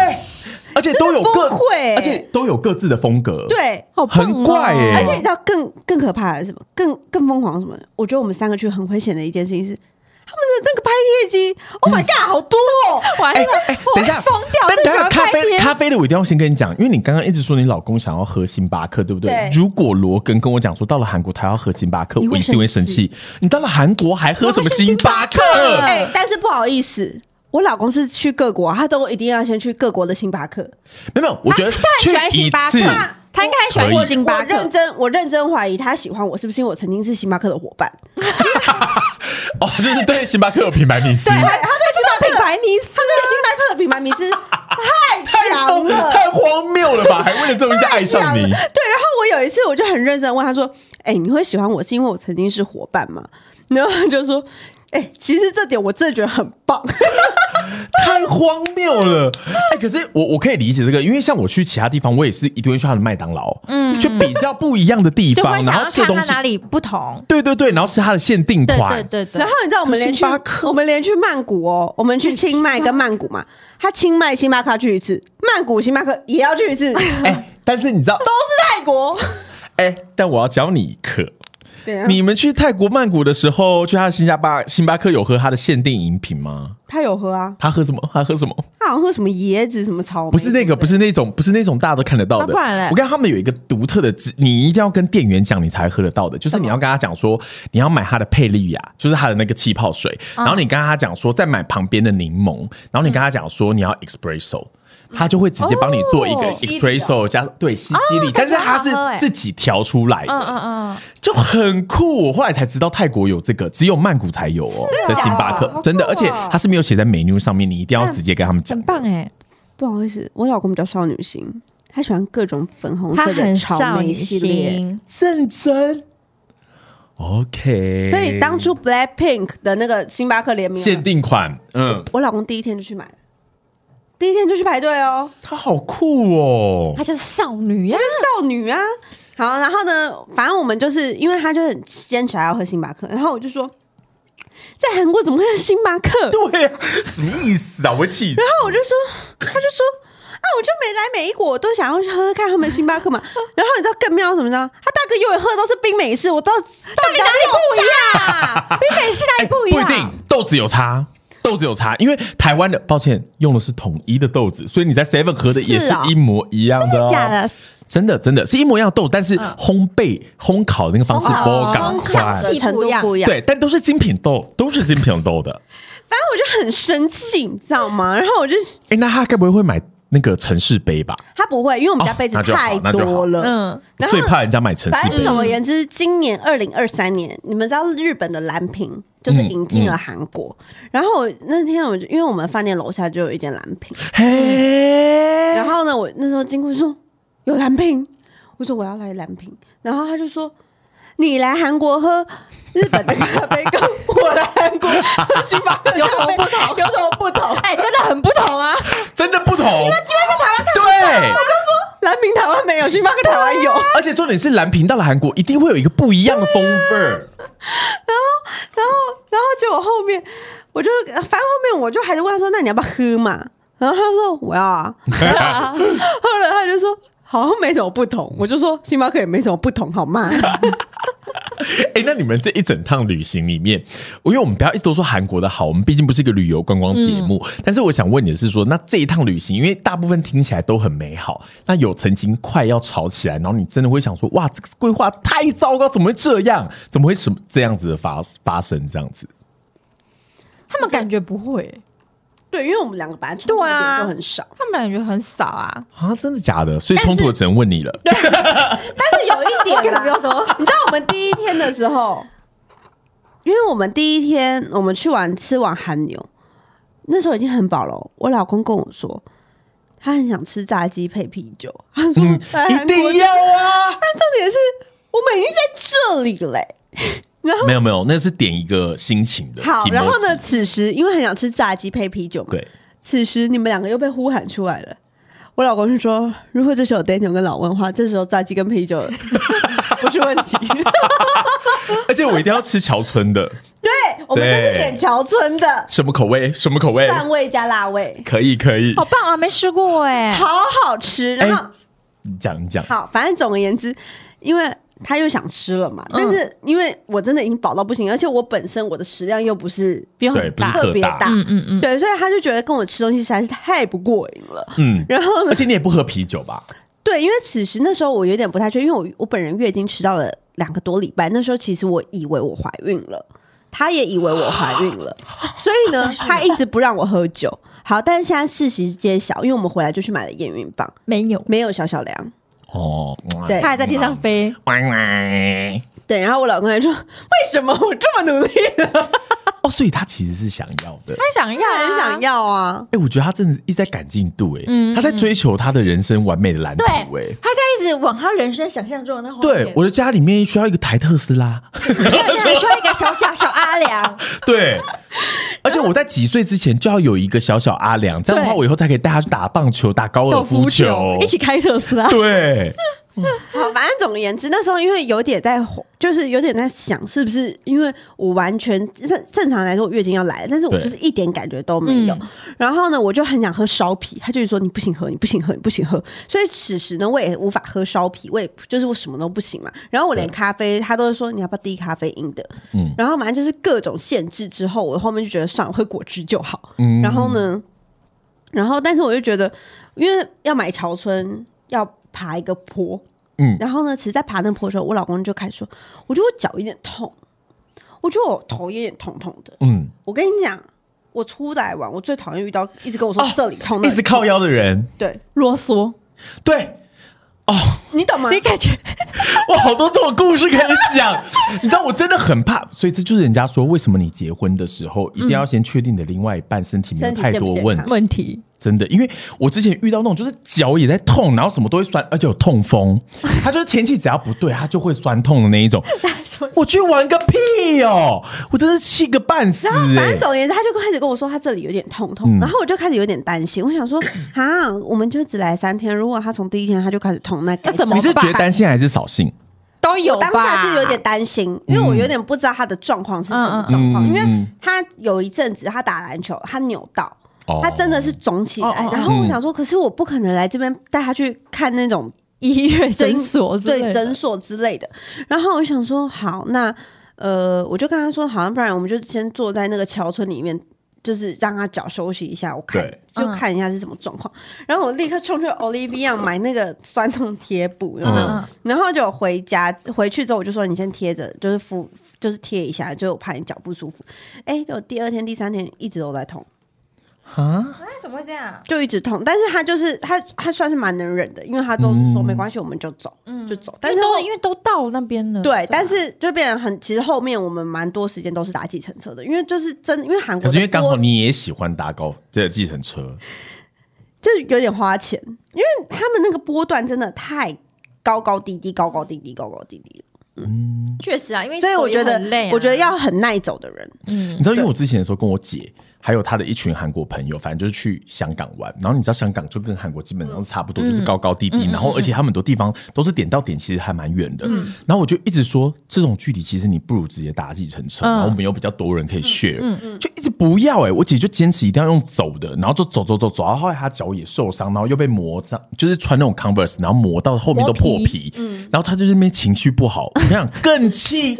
而且都有各，真的崩溃而且都有各自的风格，，对。好棒哦很怪耶而且你知道更更可怕的是什么？更更疯狂的是什么？我觉得我们三个去很危险的一件事情是，他们的那个拍贴机，Oh my god，好多哦！完了，哎哎等一下我会疯掉，但最等喜下欢咖拍啡片。咖啡的我一定要先跟你讲，因为你刚刚一直说你老公想要喝星巴克，对不对？对如果罗根跟我讲说到了韩国他要喝星巴克，你我会一定会生气。你到了韩国还喝什么星巴克？哎、但是不好意思，我老公是去各国，他都一定要先去各国的星巴克。没有没有，我觉得去啊他很喜欢一星巴克次，他应该很喜欢可以吃星巴我认克。真，我认真怀疑他喜欢我是不是因为我曾经是星巴克的伙伴？哦，就是对星巴克有品牌迷思，对，他就知道品牌迷思他。对星巴克的品牌名 字太太强疯啊了。太荒谬了吧？还为了这东西爱上对，你？然后我有一次我就很认真地问他说：“哎、你会喜欢我是因为我曾经是伙伴吗？”然后他就说：“哎、其实这点我真的觉得很棒。 太荒谬了！哎、可是我我可以理解这个，因为像我去其他地方，我也是一定会去他的麦当劳，嗯，去比较不一样的地就方，会然想后要吃的看东他西，哪里不同。对对对，然后吃他的限定对款，对对”对。然后你知道我们连去星巴我们连去曼谷哦，我们去清迈跟曼谷嘛，他清迈星巴克去一次，曼谷星巴克也要去一次， 都是哎、但是你知道，泰国。哎、但我要教你一课。对啊，你们去泰国曼谷的时候，去他的新加巴星巴克有喝他的限定饮品吗？他有喝啊，他喝什么？他喝什么？他好像喝什么椰子什么草莓，不是那个，不是那种，不是那种大家都看得到那的。不然嘞我跟他们有一个独特的制，你一定要跟店员讲，你才喝得到的。就是你要跟他讲说，你要买他的佩丽雅，就是他的那个气泡水，嗯然后你跟他讲说，再买旁边的柠檬，然后你跟他讲说，你要 espresso。他就会直接帮你做一个嗯哦西西里的 espresso 加对西西里，但感是觉它好是喝欸自己调出来嗯嗯的，嗯，就很酷。我后来才知道泰国有这个，只有曼谷才有哦，在星巴克啊好酷真的，哦而且它是没有写在 menu 上面，你一定要直接跟他们讲很。棒哎，不好意思，我老公比较少女心，他喜欢各种粉红他色的很草少莓女系列。心，认真。OK，所以当嗯初 Black Pink 的那个星巴克联名啊，限定款，嗯，我老公第一天就去买了，第一天就去排队哦，它好酷哦她，就是少女呀。少女啊。好，然后呢，反正我们就是因为他就很坚持还要喝星巴克，然后我就说，在韩国怎么会有星巴克？然对啊，什么意思啊？我会气死。后我就说，他就说。啊！我就没来美国，我都想要去喝喝看他们星巴克嘛。然后你知道更妙什么呢？他大哥永远喝的都是冰美式，我到到底哪里不一样 啊，比美式哪里不一哎不一样？定，豆子有差。豆子有差，因为台湾的抱歉用的是统一的豆子，所以你在 Seven 喝的也是是啊哦一模一样的、哦真的假的？真的真的是一模一样的豆，但是嗯烘焙、烘烤的那个方式哦烘烤不赶烘快烤，的程度不一样？对，但都是精品豆，都是精品豆的。反正我就很生气，你知道吗？然后我就哎、那他该不会会买那个城市杯吧？他不会，因为我们家杯子哦那就好太那就好多了。嗯，然后最怕人家买城市反杯正。总而言之，今年二零二三年，你们知道日本的蓝瓶就是引进了韩国。然后我那天我就因为我们饭店楼下就有一间蓝瓶，嘿，然后呢，我那时候经过就说有蓝瓶，我说我要来蓝瓶，然后他就说你来韩国喝。日本的咖啡跟我来韩国 喝星巴克有什么不同？有什么不同？哎，真的很不同啊。真的不同。对，蓝瓶台湾没有，星巴克台湾有。而且重点是蓝屏到了韩国，一定会有一个不一样的风味儿。然后，然后结果后面，我就反正后面我就还是问他说：“那你要不要喝嘛？”然后他说：“我要啊。” 后来他就说：“好像没什么不同。”我就说：“星巴克也没什么不同，好吗？” 哎、那你们这一整趟旅行里面，因为我们不要一直都说韩国的好，我们毕竟不是一个旅游观光节目。但是我想问你的是说，那这一趟旅行，因为大部分听起来都很美好，那有曾经快要吵起来，然后你真的会想说，哇，这个规划太糟糕，怎么会这样？怎么会什么这样子的发发生？这样子？他们感觉不会， 对，因为我们两个本来对啊就很少，他们感觉很少啊。啊，真的假的？所以冲突的只能问你了。但是有一点啦， 不要说你知道我们第一天的时候，因为我们第一天我们去完吃完韩牛，那时候已经很饱了哦。我老公跟我说，他很想吃炸鸡配啤酒，他说、嗯来，韩一国定要啊！但重点是我们已经在这里了欸嘞。然 后没有没有，那是点一个心情的。好，然后 emoji 呢？？此时因为很想吃炸鸡配啤酒嘛，对。此时你们两个又被呼喊出来了。我老公就说：“如果这时候 Daniel 跟老温的话，这时候炸鸡跟啤 酒不是问题。而且我一定要吃桥村的， 对，我们就是对点桥村的什么口味？ 什么口味？蒜味加辣味，可以可以好，棒啊，没吃过哎。好好吃。然后、哎你讲你讲，好，反正总而言之，因为他又想吃了嘛。但是因为我真的已经饱到不行，而且我本身我的食量又不是不用对，很不是大，特别大，大嗯嗯嗯，对，所以他就觉得跟我吃东西实在是太不过瘾了。嗯，然后呢而，且你也不喝啤酒吧？对，因为此时那时候我有点不太确定，因为我我本人月经迟到了两个多礼拜，那时候其实我以为我怀孕了，他也以为我怀孕了，所以呢，他一直不让我喝酒。好，但是现在事实揭晓，因为我们回来就去买了验孕棒，没有，没有小小梁。哦，对它还在天上飞，歪歪。对，然后我老公还说：“为什么我这么努力了，哦，所以他其实是想要的。他想要，很想，要啊哎、我觉得他真的一直在赶进度、哎、嗯他在追求他的人生完美的蓝图、对哎，，他在一直往他人生想象中的那画面对，我的家里面需要一个台特斯拉，需要需要一个小小小阿良， 对，而且我在几岁之前就要有一个小小阿良，这样的话对我以后才可以带他去打棒球、打高尔夫球，一起开特斯拉，对，！”好，反正总而言之，那时候因为有点在，就是有点在想，是不是因为我完全正正常来说我月经要来了，但是我对就是一点感觉都没有。嗯然后呢，我就很想喝烧啤，他就是说你不行喝，你不行喝，你不行喝。所以此时呢，我也无法喝烧啤，我也就是我什么都不行嘛。然后我连对咖啡，他都是说你要不要低咖啡因的，嗯然后反正就是各种限制之后，我后面就觉得算了，我喝果汁就好。嗯然后呢，然后但是我就觉得，因为要买潮村要爬一个坡，嗯然后呢，其实在爬那坡的时候，我老公就开始说，我觉得我脚有点痛，我觉得我头有点痛痛的。嗯，我跟你讲，我出来玩，我最讨厌遇到一直跟我说哦这里痛，那一里直靠腰的人，痛，对啰嗦，对。哦，你懂吗？你感觉我好多这种故事可以讲，你知道我真的很怕，所以这就是人家说为什么你结婚的时候一定要先确定你的另外一半身体没有身体太健不多健问康题。问题真的，因为我之前遇到那种就是脚也在痛，然后什么都会酸，而且有痛 风，他就是天气只要不对，他就会酸痛的那一种。我去玩个屁哦！我真是气个半死、然后反欸正。总而言之，他就开始跟我说他这里有点痛痛，嗯然后我就开始有点担心，我想说 啊，我们就只来三天，如果他从第一天他就开始痛，那该那怎么你是办觉得担心还是扫兴？都有我当下是有点担心，因为我有点不知道他的状况是什么状况，嗯嗯嗯因为他有一阵子他打篮球，他扭到。哦他真的是肿起来，哦哦哦然嗯后我想说，可是我不可能来这边带他去看那种医院诊所之类对的诊所之类的。然后我想说，好，那呃，我就跟他说，好，不然我们就先坐在那个桥村里面，就是让他脚休息一下，我看对就嗯看一下是什么状况。然后我立刻冲去 Olivia 买那个酸痛贴布，有没有？啊嗯然后就回家，回去之后我就说你先贴着，就是敷，就是贴一下，就我怕你脚不舒服。哎，就第二天、第三天一直都在痛。啊，哎，怎么会这样？就一直痛，但是他就是他，他算是蛮能忍的，因为他都是说嗯没关系，我们就走，嗯就走。因但为是都后因为都到那边了，啊对吧，但是就变得很，其实后面我们蛮多时间都是打计程车的，因为就是真，因为韩国可的是因为刚多好你也喜欢搭高这计程车，就是有点花钱，因为他们那个波段真的太高高低低，高高低低，高高低低了确实啊，因为所以我觉手也得很累啊，我觉得要很耐走的人，嗯你知道，因为我之前的时候跟我姐还有她的一群韩国朋友，反正就是去香港玩。然后你知道香港就跟韩国基本上是差不多，就是嗯高高低低。然后而且他们很多地方都是点到点，其实还蛮远的。嗯然后我就一直说，这种距离其实你不如直接搭计程车，嗯然后我们有比较多人可以 share，就嗯一直不要哎、我姐就坚持一定要用走的，然后就走走走走，然后后来她脚也受伤，然后又被磨脏，就是穿那种 Converse，然后磨到后面都破磨皮，嗯然后她就在那边情绪不好，我跟你想更 气。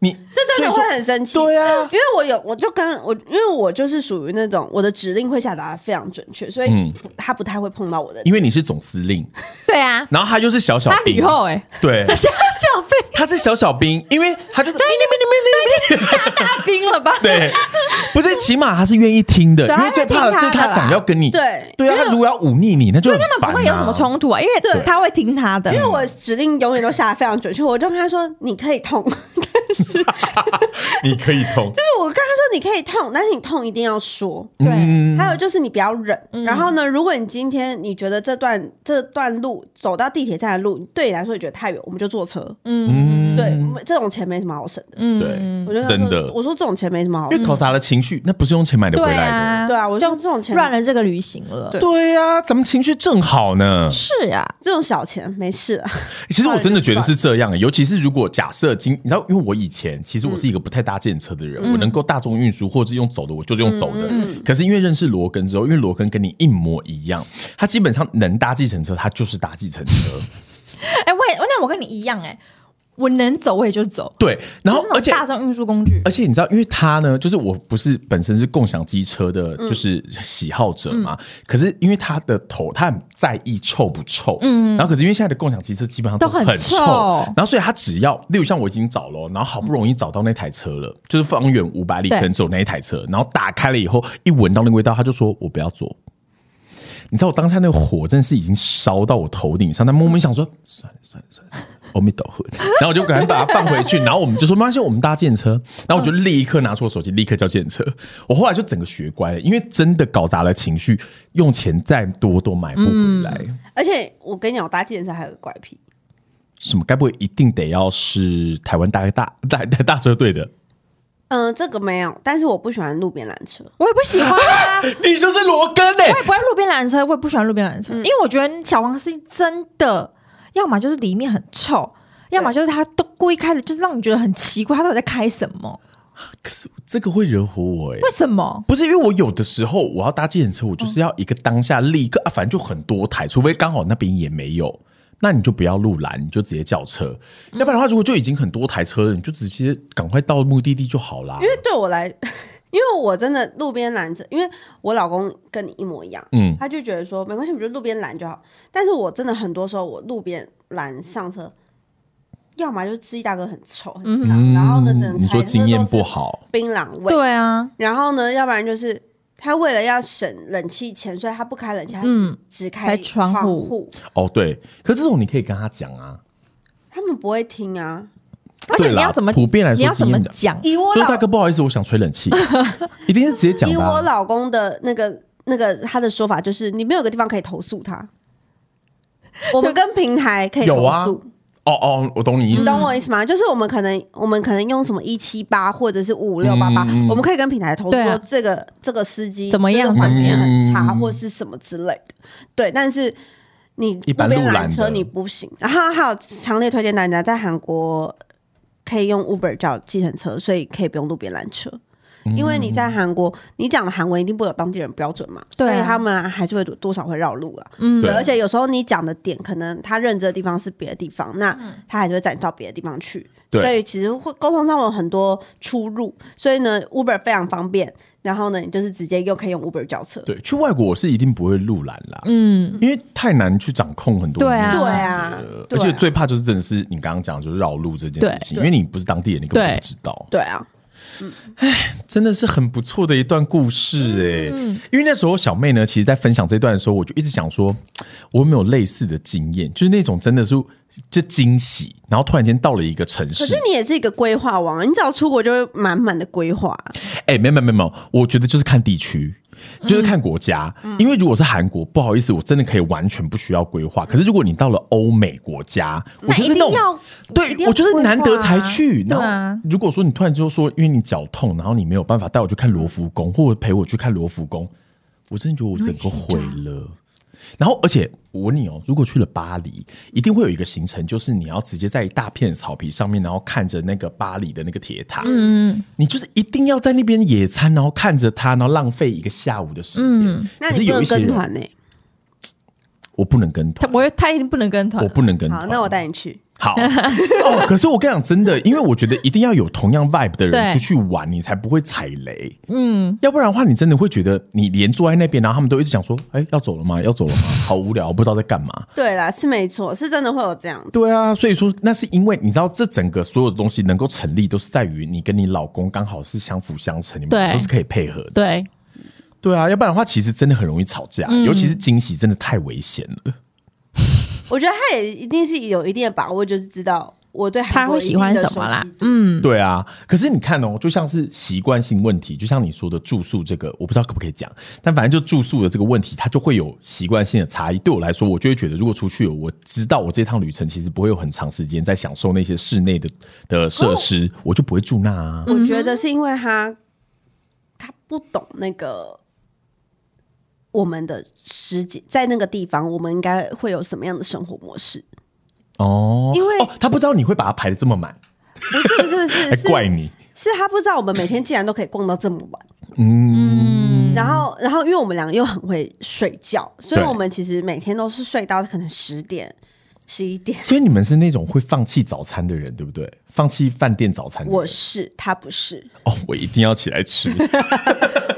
你这所真的以会说很生气。对啊，因为我有，我就跟我，因为我就是属于那种我的指令会下达得非常准确，所以嗯他不太会碰到我的因为你是总司令，对啊，然后他又是小小他兵吕，后哎， 对，小小兵他是小小兵，因为他 就是大兵了吧？对，不是起码他是愿意听的，对因啊为最怕的是他想要跟你对对啊，他如果要忤逆你，那就很根本烦不会啊有什么冲突啊，因为他会听他的，嗯因为我指令永远都下的非常准确，我就跟他说你可以痛， 但是就是你可以通，我跟他说你可以痛，但是你痛一定要说。对嗯还有就是你不要忍，然后呢，如果你今天你觉得这段这段路走到地铁站的路对你来说你觉得太远，我们就坐车。嗯对，我们这种钱没什么好省的。嗯对我就跟他真说的我说这种钱没什么好因省为。考察的情绪，那不是用钱买的回对来的，啊，对啊，我就这种钱乱了这个旅行了，对对呀，咱们情绪正好呢。是啊，这种小钱没事啊。其实我真的觉得是这样，欸尤其是如果假设今，你知道，因为我以前其实我是一个不太搭建车的人，嗯我能够大众运输或是用走的，我就是用走嗯的。可是因为认识罗根之后，因为罗根跟你一模一样，他 基本上能搭计程车，他就是搭计程车。哎，我也，那我跟你一样哎、我能走我也就走，对，然后就而是那种且呃大众运输工具而，且你知道，因为他呢，就是我不是本身是共享机车的，嗯就是喜好者嘛。可是因为他的头，他很在意臭不臭。嗯。然后可是因为现在的共享机车基本上都很很臭，臭然后所以他只要，例如像我已经找了哦，然后好不容易找到那台车了，就是方圆五百里可对能只有那一台车，然后打开了以后，一闻到那个味道，他就说我不要坐。你知道我当下那个火真的是已经烧到我头顶上，但默默想说，算了算了算了，阿弥陀佛。然后我就赶快把它放回去，然后我们就说没关系，我们搭电车。然后我就立刻拿出我手机，立刻叫电车。我后来就整个学乖了，因为真的搞砸了情绪，用钱再多都买不回来。而且我跟你讲，我搭计程车还有个怪癖，什么？该不会一定得要是台湾大 大大大大车队的？嗯、这个没有，但是我不喜欢路边缆车。我也不喜 欢啊。你就是罗根哎、我也不爱路边缆车，我也不喜欢路边缆车，因为我觉得小黄司真的，要么就是里面很臭，要么就是他都故意开的，就是让你觉得很奇怪，他到底在开什么？可是这个会惹火我哎、为什么？不是因为我有的时候我要搭计程车，我就是要一个当下立刻啊，反正就很多台，除非刚好那边也没有，那你就不要路拦，你就直接叫车。要不然的话，如果就已经很多台车了，你就直接赶快到目的地就好啦因。为对我来， 因为我真的路边拦着，因为我老公跟你一模一样，嗯，他就觉得说没关系，我就路边拦就好。但是我真的很多时候，我路边拦上车，要么就是司机大哥很臭很脏，然后呢，整台嗯你说车经验都是不好，槟榔味，对啊，然后呢，要不然就是他为了要省冷气钱，所以他不开冷气，他嗯只开开窗户户，哦对，可是这种你可以跟他讲啊，他们不会听啊。而且对你啦要怎么普遍来说你要怎么讲？以我就是老大哥不好意思，我想吹冷 气，一定是直接讲以的我啊、老公的那个那个他的说法，就是你没有个地方可以投诉他。我们跟平台可以投有啊诉，哦哦，我懂你意你思。懂嗯我意思吗？就是我们可能我们可能用什么一七八或者是五六八八，嗯嗯我们可以跟平台投诉对说啊这个这个司机怎么样这个环境很怎么差样或是什么之类的。对，但是你一般路边路拦拦车的你不行。然后还有强烈推荐大家在韩国可以用 Uber 叫计程车，所以可以不用路边拦车。嗯因为你在韩国，你讲的韩文一定不会有当地人标准嘛，对啊所以他们还是会多多少会绕路了。啊嗯对而且有时候你讲的点，可能他认知的地方是别的地方，那他还是会载你到别的地方去。对所以其实会沟通上会有很多出入，所以呢，Uber 非常方便。然后呢，你就是直接又可以用 Uber 叫车。对，去外国我是一定不会路拦啦，嗯，因为太难去掌控很多对啊细节对啊了而对啊且最怕就是真的是你刚刚讲的就是绕路这件事情，因为对你不是当地人，你根本对不知道。对啊，真的是很不错的一段故嗯事哎、因为那时候小妹呢，其实在分享这段的时候，我就一直想说，我有没有类似的经验，就是那种真的是就惊喜，然后突然间到了一个城可市是，你也是一个规划王，你只要出国就会满满的规划。啊哎、没有没有没有没有，我觉得就是看地区。就是看国家，嗯因为如果是韩国，不好意思，我真的可以完全不需要规划。可是如果你到了欧美国家，我觉得是一那定种要一定对，要我就是规划难得才啊去。对然啊后，如果说你突然就说，因为你脚痛，然后你没有办法带我去看罗浮宫，或者陪我去看罗浮宫，我真的觉得我整个毁了。然后，而且我问你哦，如果去了巴黎，一定会有一个行程，就是你要直接在一大片草皮上面，然后看着那个巴黎的那个铁塔，嗯，你就是一定要在那边野餐，然后看着它，然后浪费一个下午的时间。嗯那可是你不有能一些跟人，团呢、我不能跟他团，我他一定不能跟团我，不能跟好，团。那我带你去。好哦，可是我跟你讲真的，因为我觉得一定要有同样 vibe 的人对出去玩，你才不会踩雷。嗯，要不然的话，你真的会觉得你连坐在那边，然后他们都一直想说：“哎、要走了吗？要走了吗？好无聊，不知道在干嘛。对啦，是没错，是真的会有这样子”。对啊，所以说那是因为你知道，这整个所有的东西能够成立，都是在于你跟你老公刚好是相辅相成，你们对都是可以配合的。对，对啊，要不然的话，其实真的很容易吵架，嗯尤其是惊喜，真的太危险了。我觉得他也一定是有一定的把握，就是知道我对韩他国会有一喜定的欢什么啦熟悉？度嗯，对啊，可是你看哦，就像是习惯性问题，就像你说的住宿这个，我不知道可不可以讲，但反正就住宿的这个问题，它就会有习惯性的差异。对我来说，我就会觉得，如果出去，我知道我这趟旅程其实不会有很长时间在享受那些室内的的设施，哦我就不会住那啊。我觉得是因为他他不懂那个我们的时间，在那个地方我们应该会有什么样的生活模式？哦，因为哦，他不知道你会把它排的这么满，不是不是不是还怪是你。是他不知道我们每天竟然都可以逛到这么晚，嗯，然后然后因为我们两个又很会睡觉，所以对我们其实每天都是睡到可能十点十一点。所以你们是那种会放弃早餐的人，对不对？放弃饭店早餐的人，我是，他不是。哦，我一定要起来吃。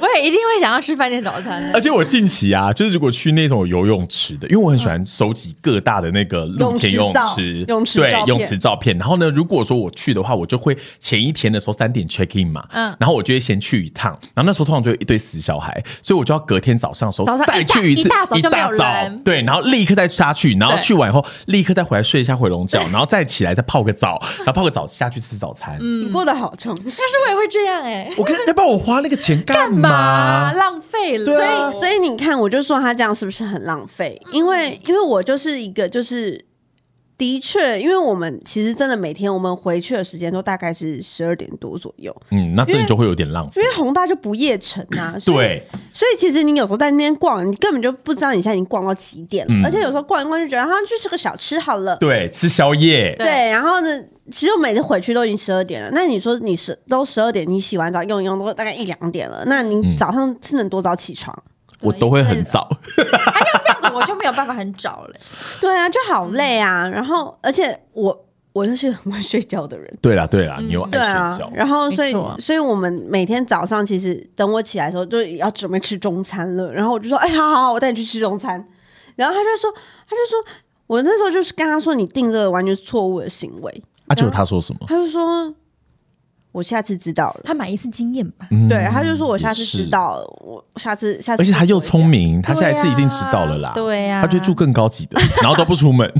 我也一定会想要吃饭店早餐的 而。且我近期啊，就是如果去那种有游泳池的，因为我很喜欢收集各大的那个露天泳泳池池、照泳池对照片泳池照片。然后呢，如果说我去的话，我就会前一天的时候三点 check in 嘛，嗯然后我就会先去一趟，然后那时候通常就有一堆死小孩，所以我就要隔天早上的时候早上再一大去次，一大早就没有一大人早对，然后立刻再下去，然后对去完以后立刻再回来睡一下回 笼觉，然后再起来再泡个澡，然后泡个澡下去吃早餐。嗯你过得好充实。但是我也会这样哎、我跟要不然我花那个钱干干嘛浪费了？对啊嗯所以所以你看，我就说他这样是不是很浪费？因为因为我就是一个就是。的确，因为我们其实真的每天我们回去的时间都大概是十二点多左右，嗯，那这里就会有点浪费因。为宏大就不夜城 啊，所以对，所以其实你有时候在那边逛，你根本就不知道你现在已经逛到几点了，嗯而且有时候逛一逛就觉得，好像去吃个小吃好了，对，吃宵夜。对对，然后呢，其实我每次回去都已经十二点了。那你说你十都十二点，你洗完澡用一用都大概一两点了，那嗯你早上是能多早起床？我都会很早， 他要这样子，我就没有办法很早了、对啊，就好累嗯啊。然后，而且我我就是很会睡觉的人，对啦对啦，你又爱对啊睡觉。。然后，所以没错啊所以我们每天早上其实等我起来的时候，就要准备吃中餐了。然后我就说：“哎，好好，好我带你去吃中餐。”然后他就说：“他就说。”我那时候就是跟他说，你定这个完全是错误的行为。啊，结果他说什么？他就说，我下次知道了。他买一次经验吧。嗯对，他就说我下次也是知道了，我下次下次。而且他又聪，明，他对下啊一次一定知道了啦。对啊他就住更高级的，然后都不出门，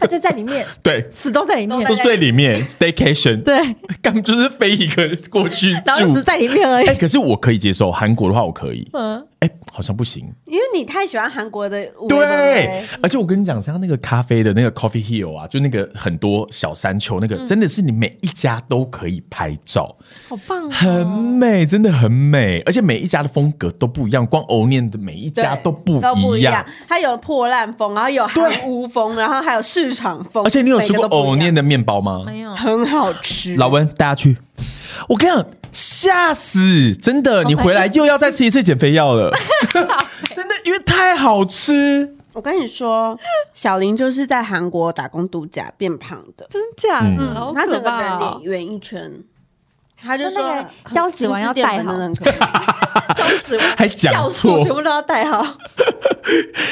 他就在里面，对，死都在里面不，睡里面，staycation，对，干就是飞一个过去然后只住是。在里面而已哎，。可是我可以接受韩国的话，我可以。嗯，哎，好像不行。因为你太喜欢韩国的舞对，而且我跟你讲，像那个咖啡的那个 Coffee Hill 啊，就那个很多小山丘，那个真的是你每一家都可以拍照。好棒、哦，很美，真的很美，而且每一家的风格都不一样，光欧念的每一家都不都不一一样。，它有破烂风，然后有韩屋风，然后还有市场风。而且你有吃每过个都不一欧样念的面包吗？没有。很好吃。老温，大家去。我跟你讲，吓死！真的，你回来又要再吃一次减肥药了。真的，因为太好吃。我跟你说，小林就是在韩国打工度假变胖的，真假的？嗯好他可整个怕人哦脸！圆一圈。他就那说那个消脂丸要带好真的很可怕指纹还讲酵素错全部都要带好。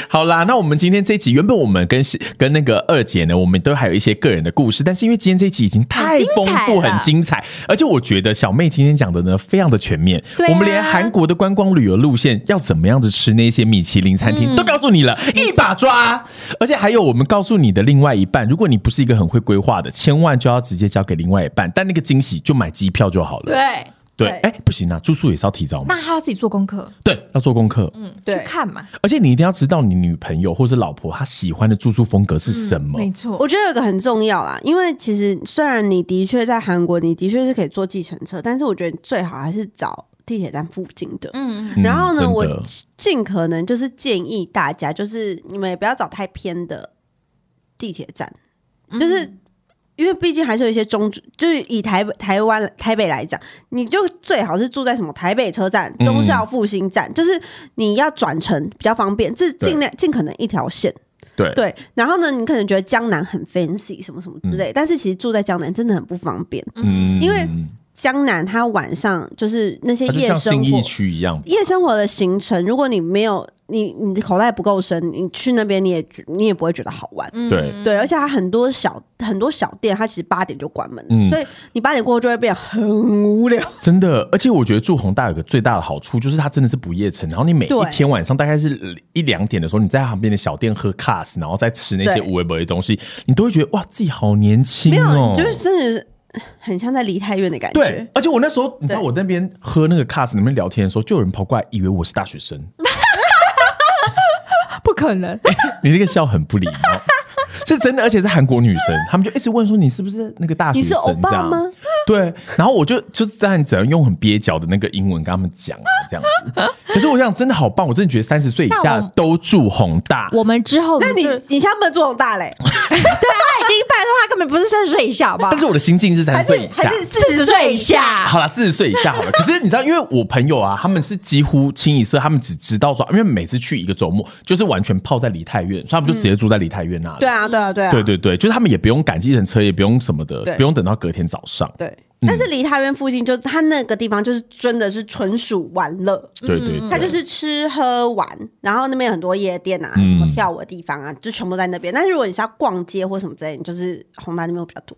好啦，那我们今天这一集原本我们跟跟那个二姐呢，我们都还有一些个人的故事，但是因为今天这一集已经太丰富、很精彩了很精彩，而且我觉得小妹今天讲的呢非常的全面，对啊我们连韩国的观光旅游路线要怎么样子吃那些米其林餐厅、都告诉你了，一把抓。而且还有我们告诉你的另外一半，如果你不是一个很会规划的，千万就要直接交给另外一半，但那个惊喜就买机票就好了。对，对，对哎、不行啊，住宿也是要提早买，那他要自己做功课，对，要做功课。嗯，对去看嘛。而且你一定要知道你女朋友或是老婆她喜欢的住宿风格是什么。没错，我觉得有一个很重要啦，因为其实虽然你的确在韩国，你的确是可以坐计程车，但是我觉得你最好还是找地铁站附近的。嗯，嗯然后呢，真的我尽可能就是建议大家，就是你们也不要找太偏的地铁站，嗯就是。因为毕竟还是有一些中，就是以台台湾台北来讲，你就最好是住在什么台北车站、嗯忠孝复兴站，就是你要转乘比较方便，这尽量尽可能一条线。对对，然后呢，你可能觉得江南很 fancy 什么什么之类，但是其实住在江南真的很不方便。嗯因为江南它晚上就是那些它就夜像生信义活，区一样，夜生活的行程，如果你没有你你的口袋不够深，你去那边你也觉你也不会觉得好玩。嗯对对，而且它很多小很多小店，它其实八点就关门了，嗯所以你八点过后就会变很无聊。真的。而且我觉得住宏大有个最大的好处就是它真的是不夜城，然后你每一对天晚上大概是呃一两点的时候，你在旁边的小店喝 cast，然后再吃那些对无为不为的东西，你都会觉得哇，自己好年轻没有，哦你。就是真的是很像在梨泰院的感对觉。，而且我那时候，你知道对我那边喝那个 cast 那边聊天的时候，就有人跑过来，以为我是大学生。不可能。你那个笑很不礼貌，是真的，而且是韩国女生，他们就一直问说你是不是那个大学你生是欧这巴样吗？对，然后我就就站只能用很蹩脚的那个英文跟他们讲啊，这样子。 可是我想真的好棒，我真的觉得三十岁以那下我们都住宏大。 我们之后 那你就是嗯你像不能做大嘞，对啊，已经拜托他根本不是三十岁以下吧？ 但是我的心境是三还十是岁以下还。是四十岁以下，好了，四十岁以下好了。可是你知道，因为我朋友啊，他们是几乎清一色，他们只知道说，因为每次去一个周末，就是完全泡在梨泰院，所以他们就直接住在梨泰院那里。对啊，对啊，对啊，对对对，就是他们也不用赶计程车，也不用什么的对，不用等到隔天早上。对。但是梨泰院附近就它那个地方就是真的是纯属玩乐，嗯对对对，它就是吃喝玩，然后那边有很多夜店啊，什么跳舞的地方啊，就全部在那边。但是如果你是要逛街或什么之类，你就是宏大那边会比较多。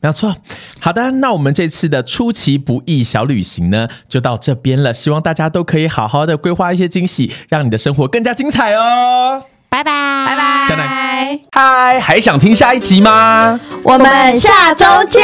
没有错。好的，那我们这次的出其不意小旅行呢，就到这边了。希望大家都可以好好的规划一些惊喜，让你的生活更加精彩哦。拜拜拜拜江南，嗨，还想听下一集吗？我们下周见。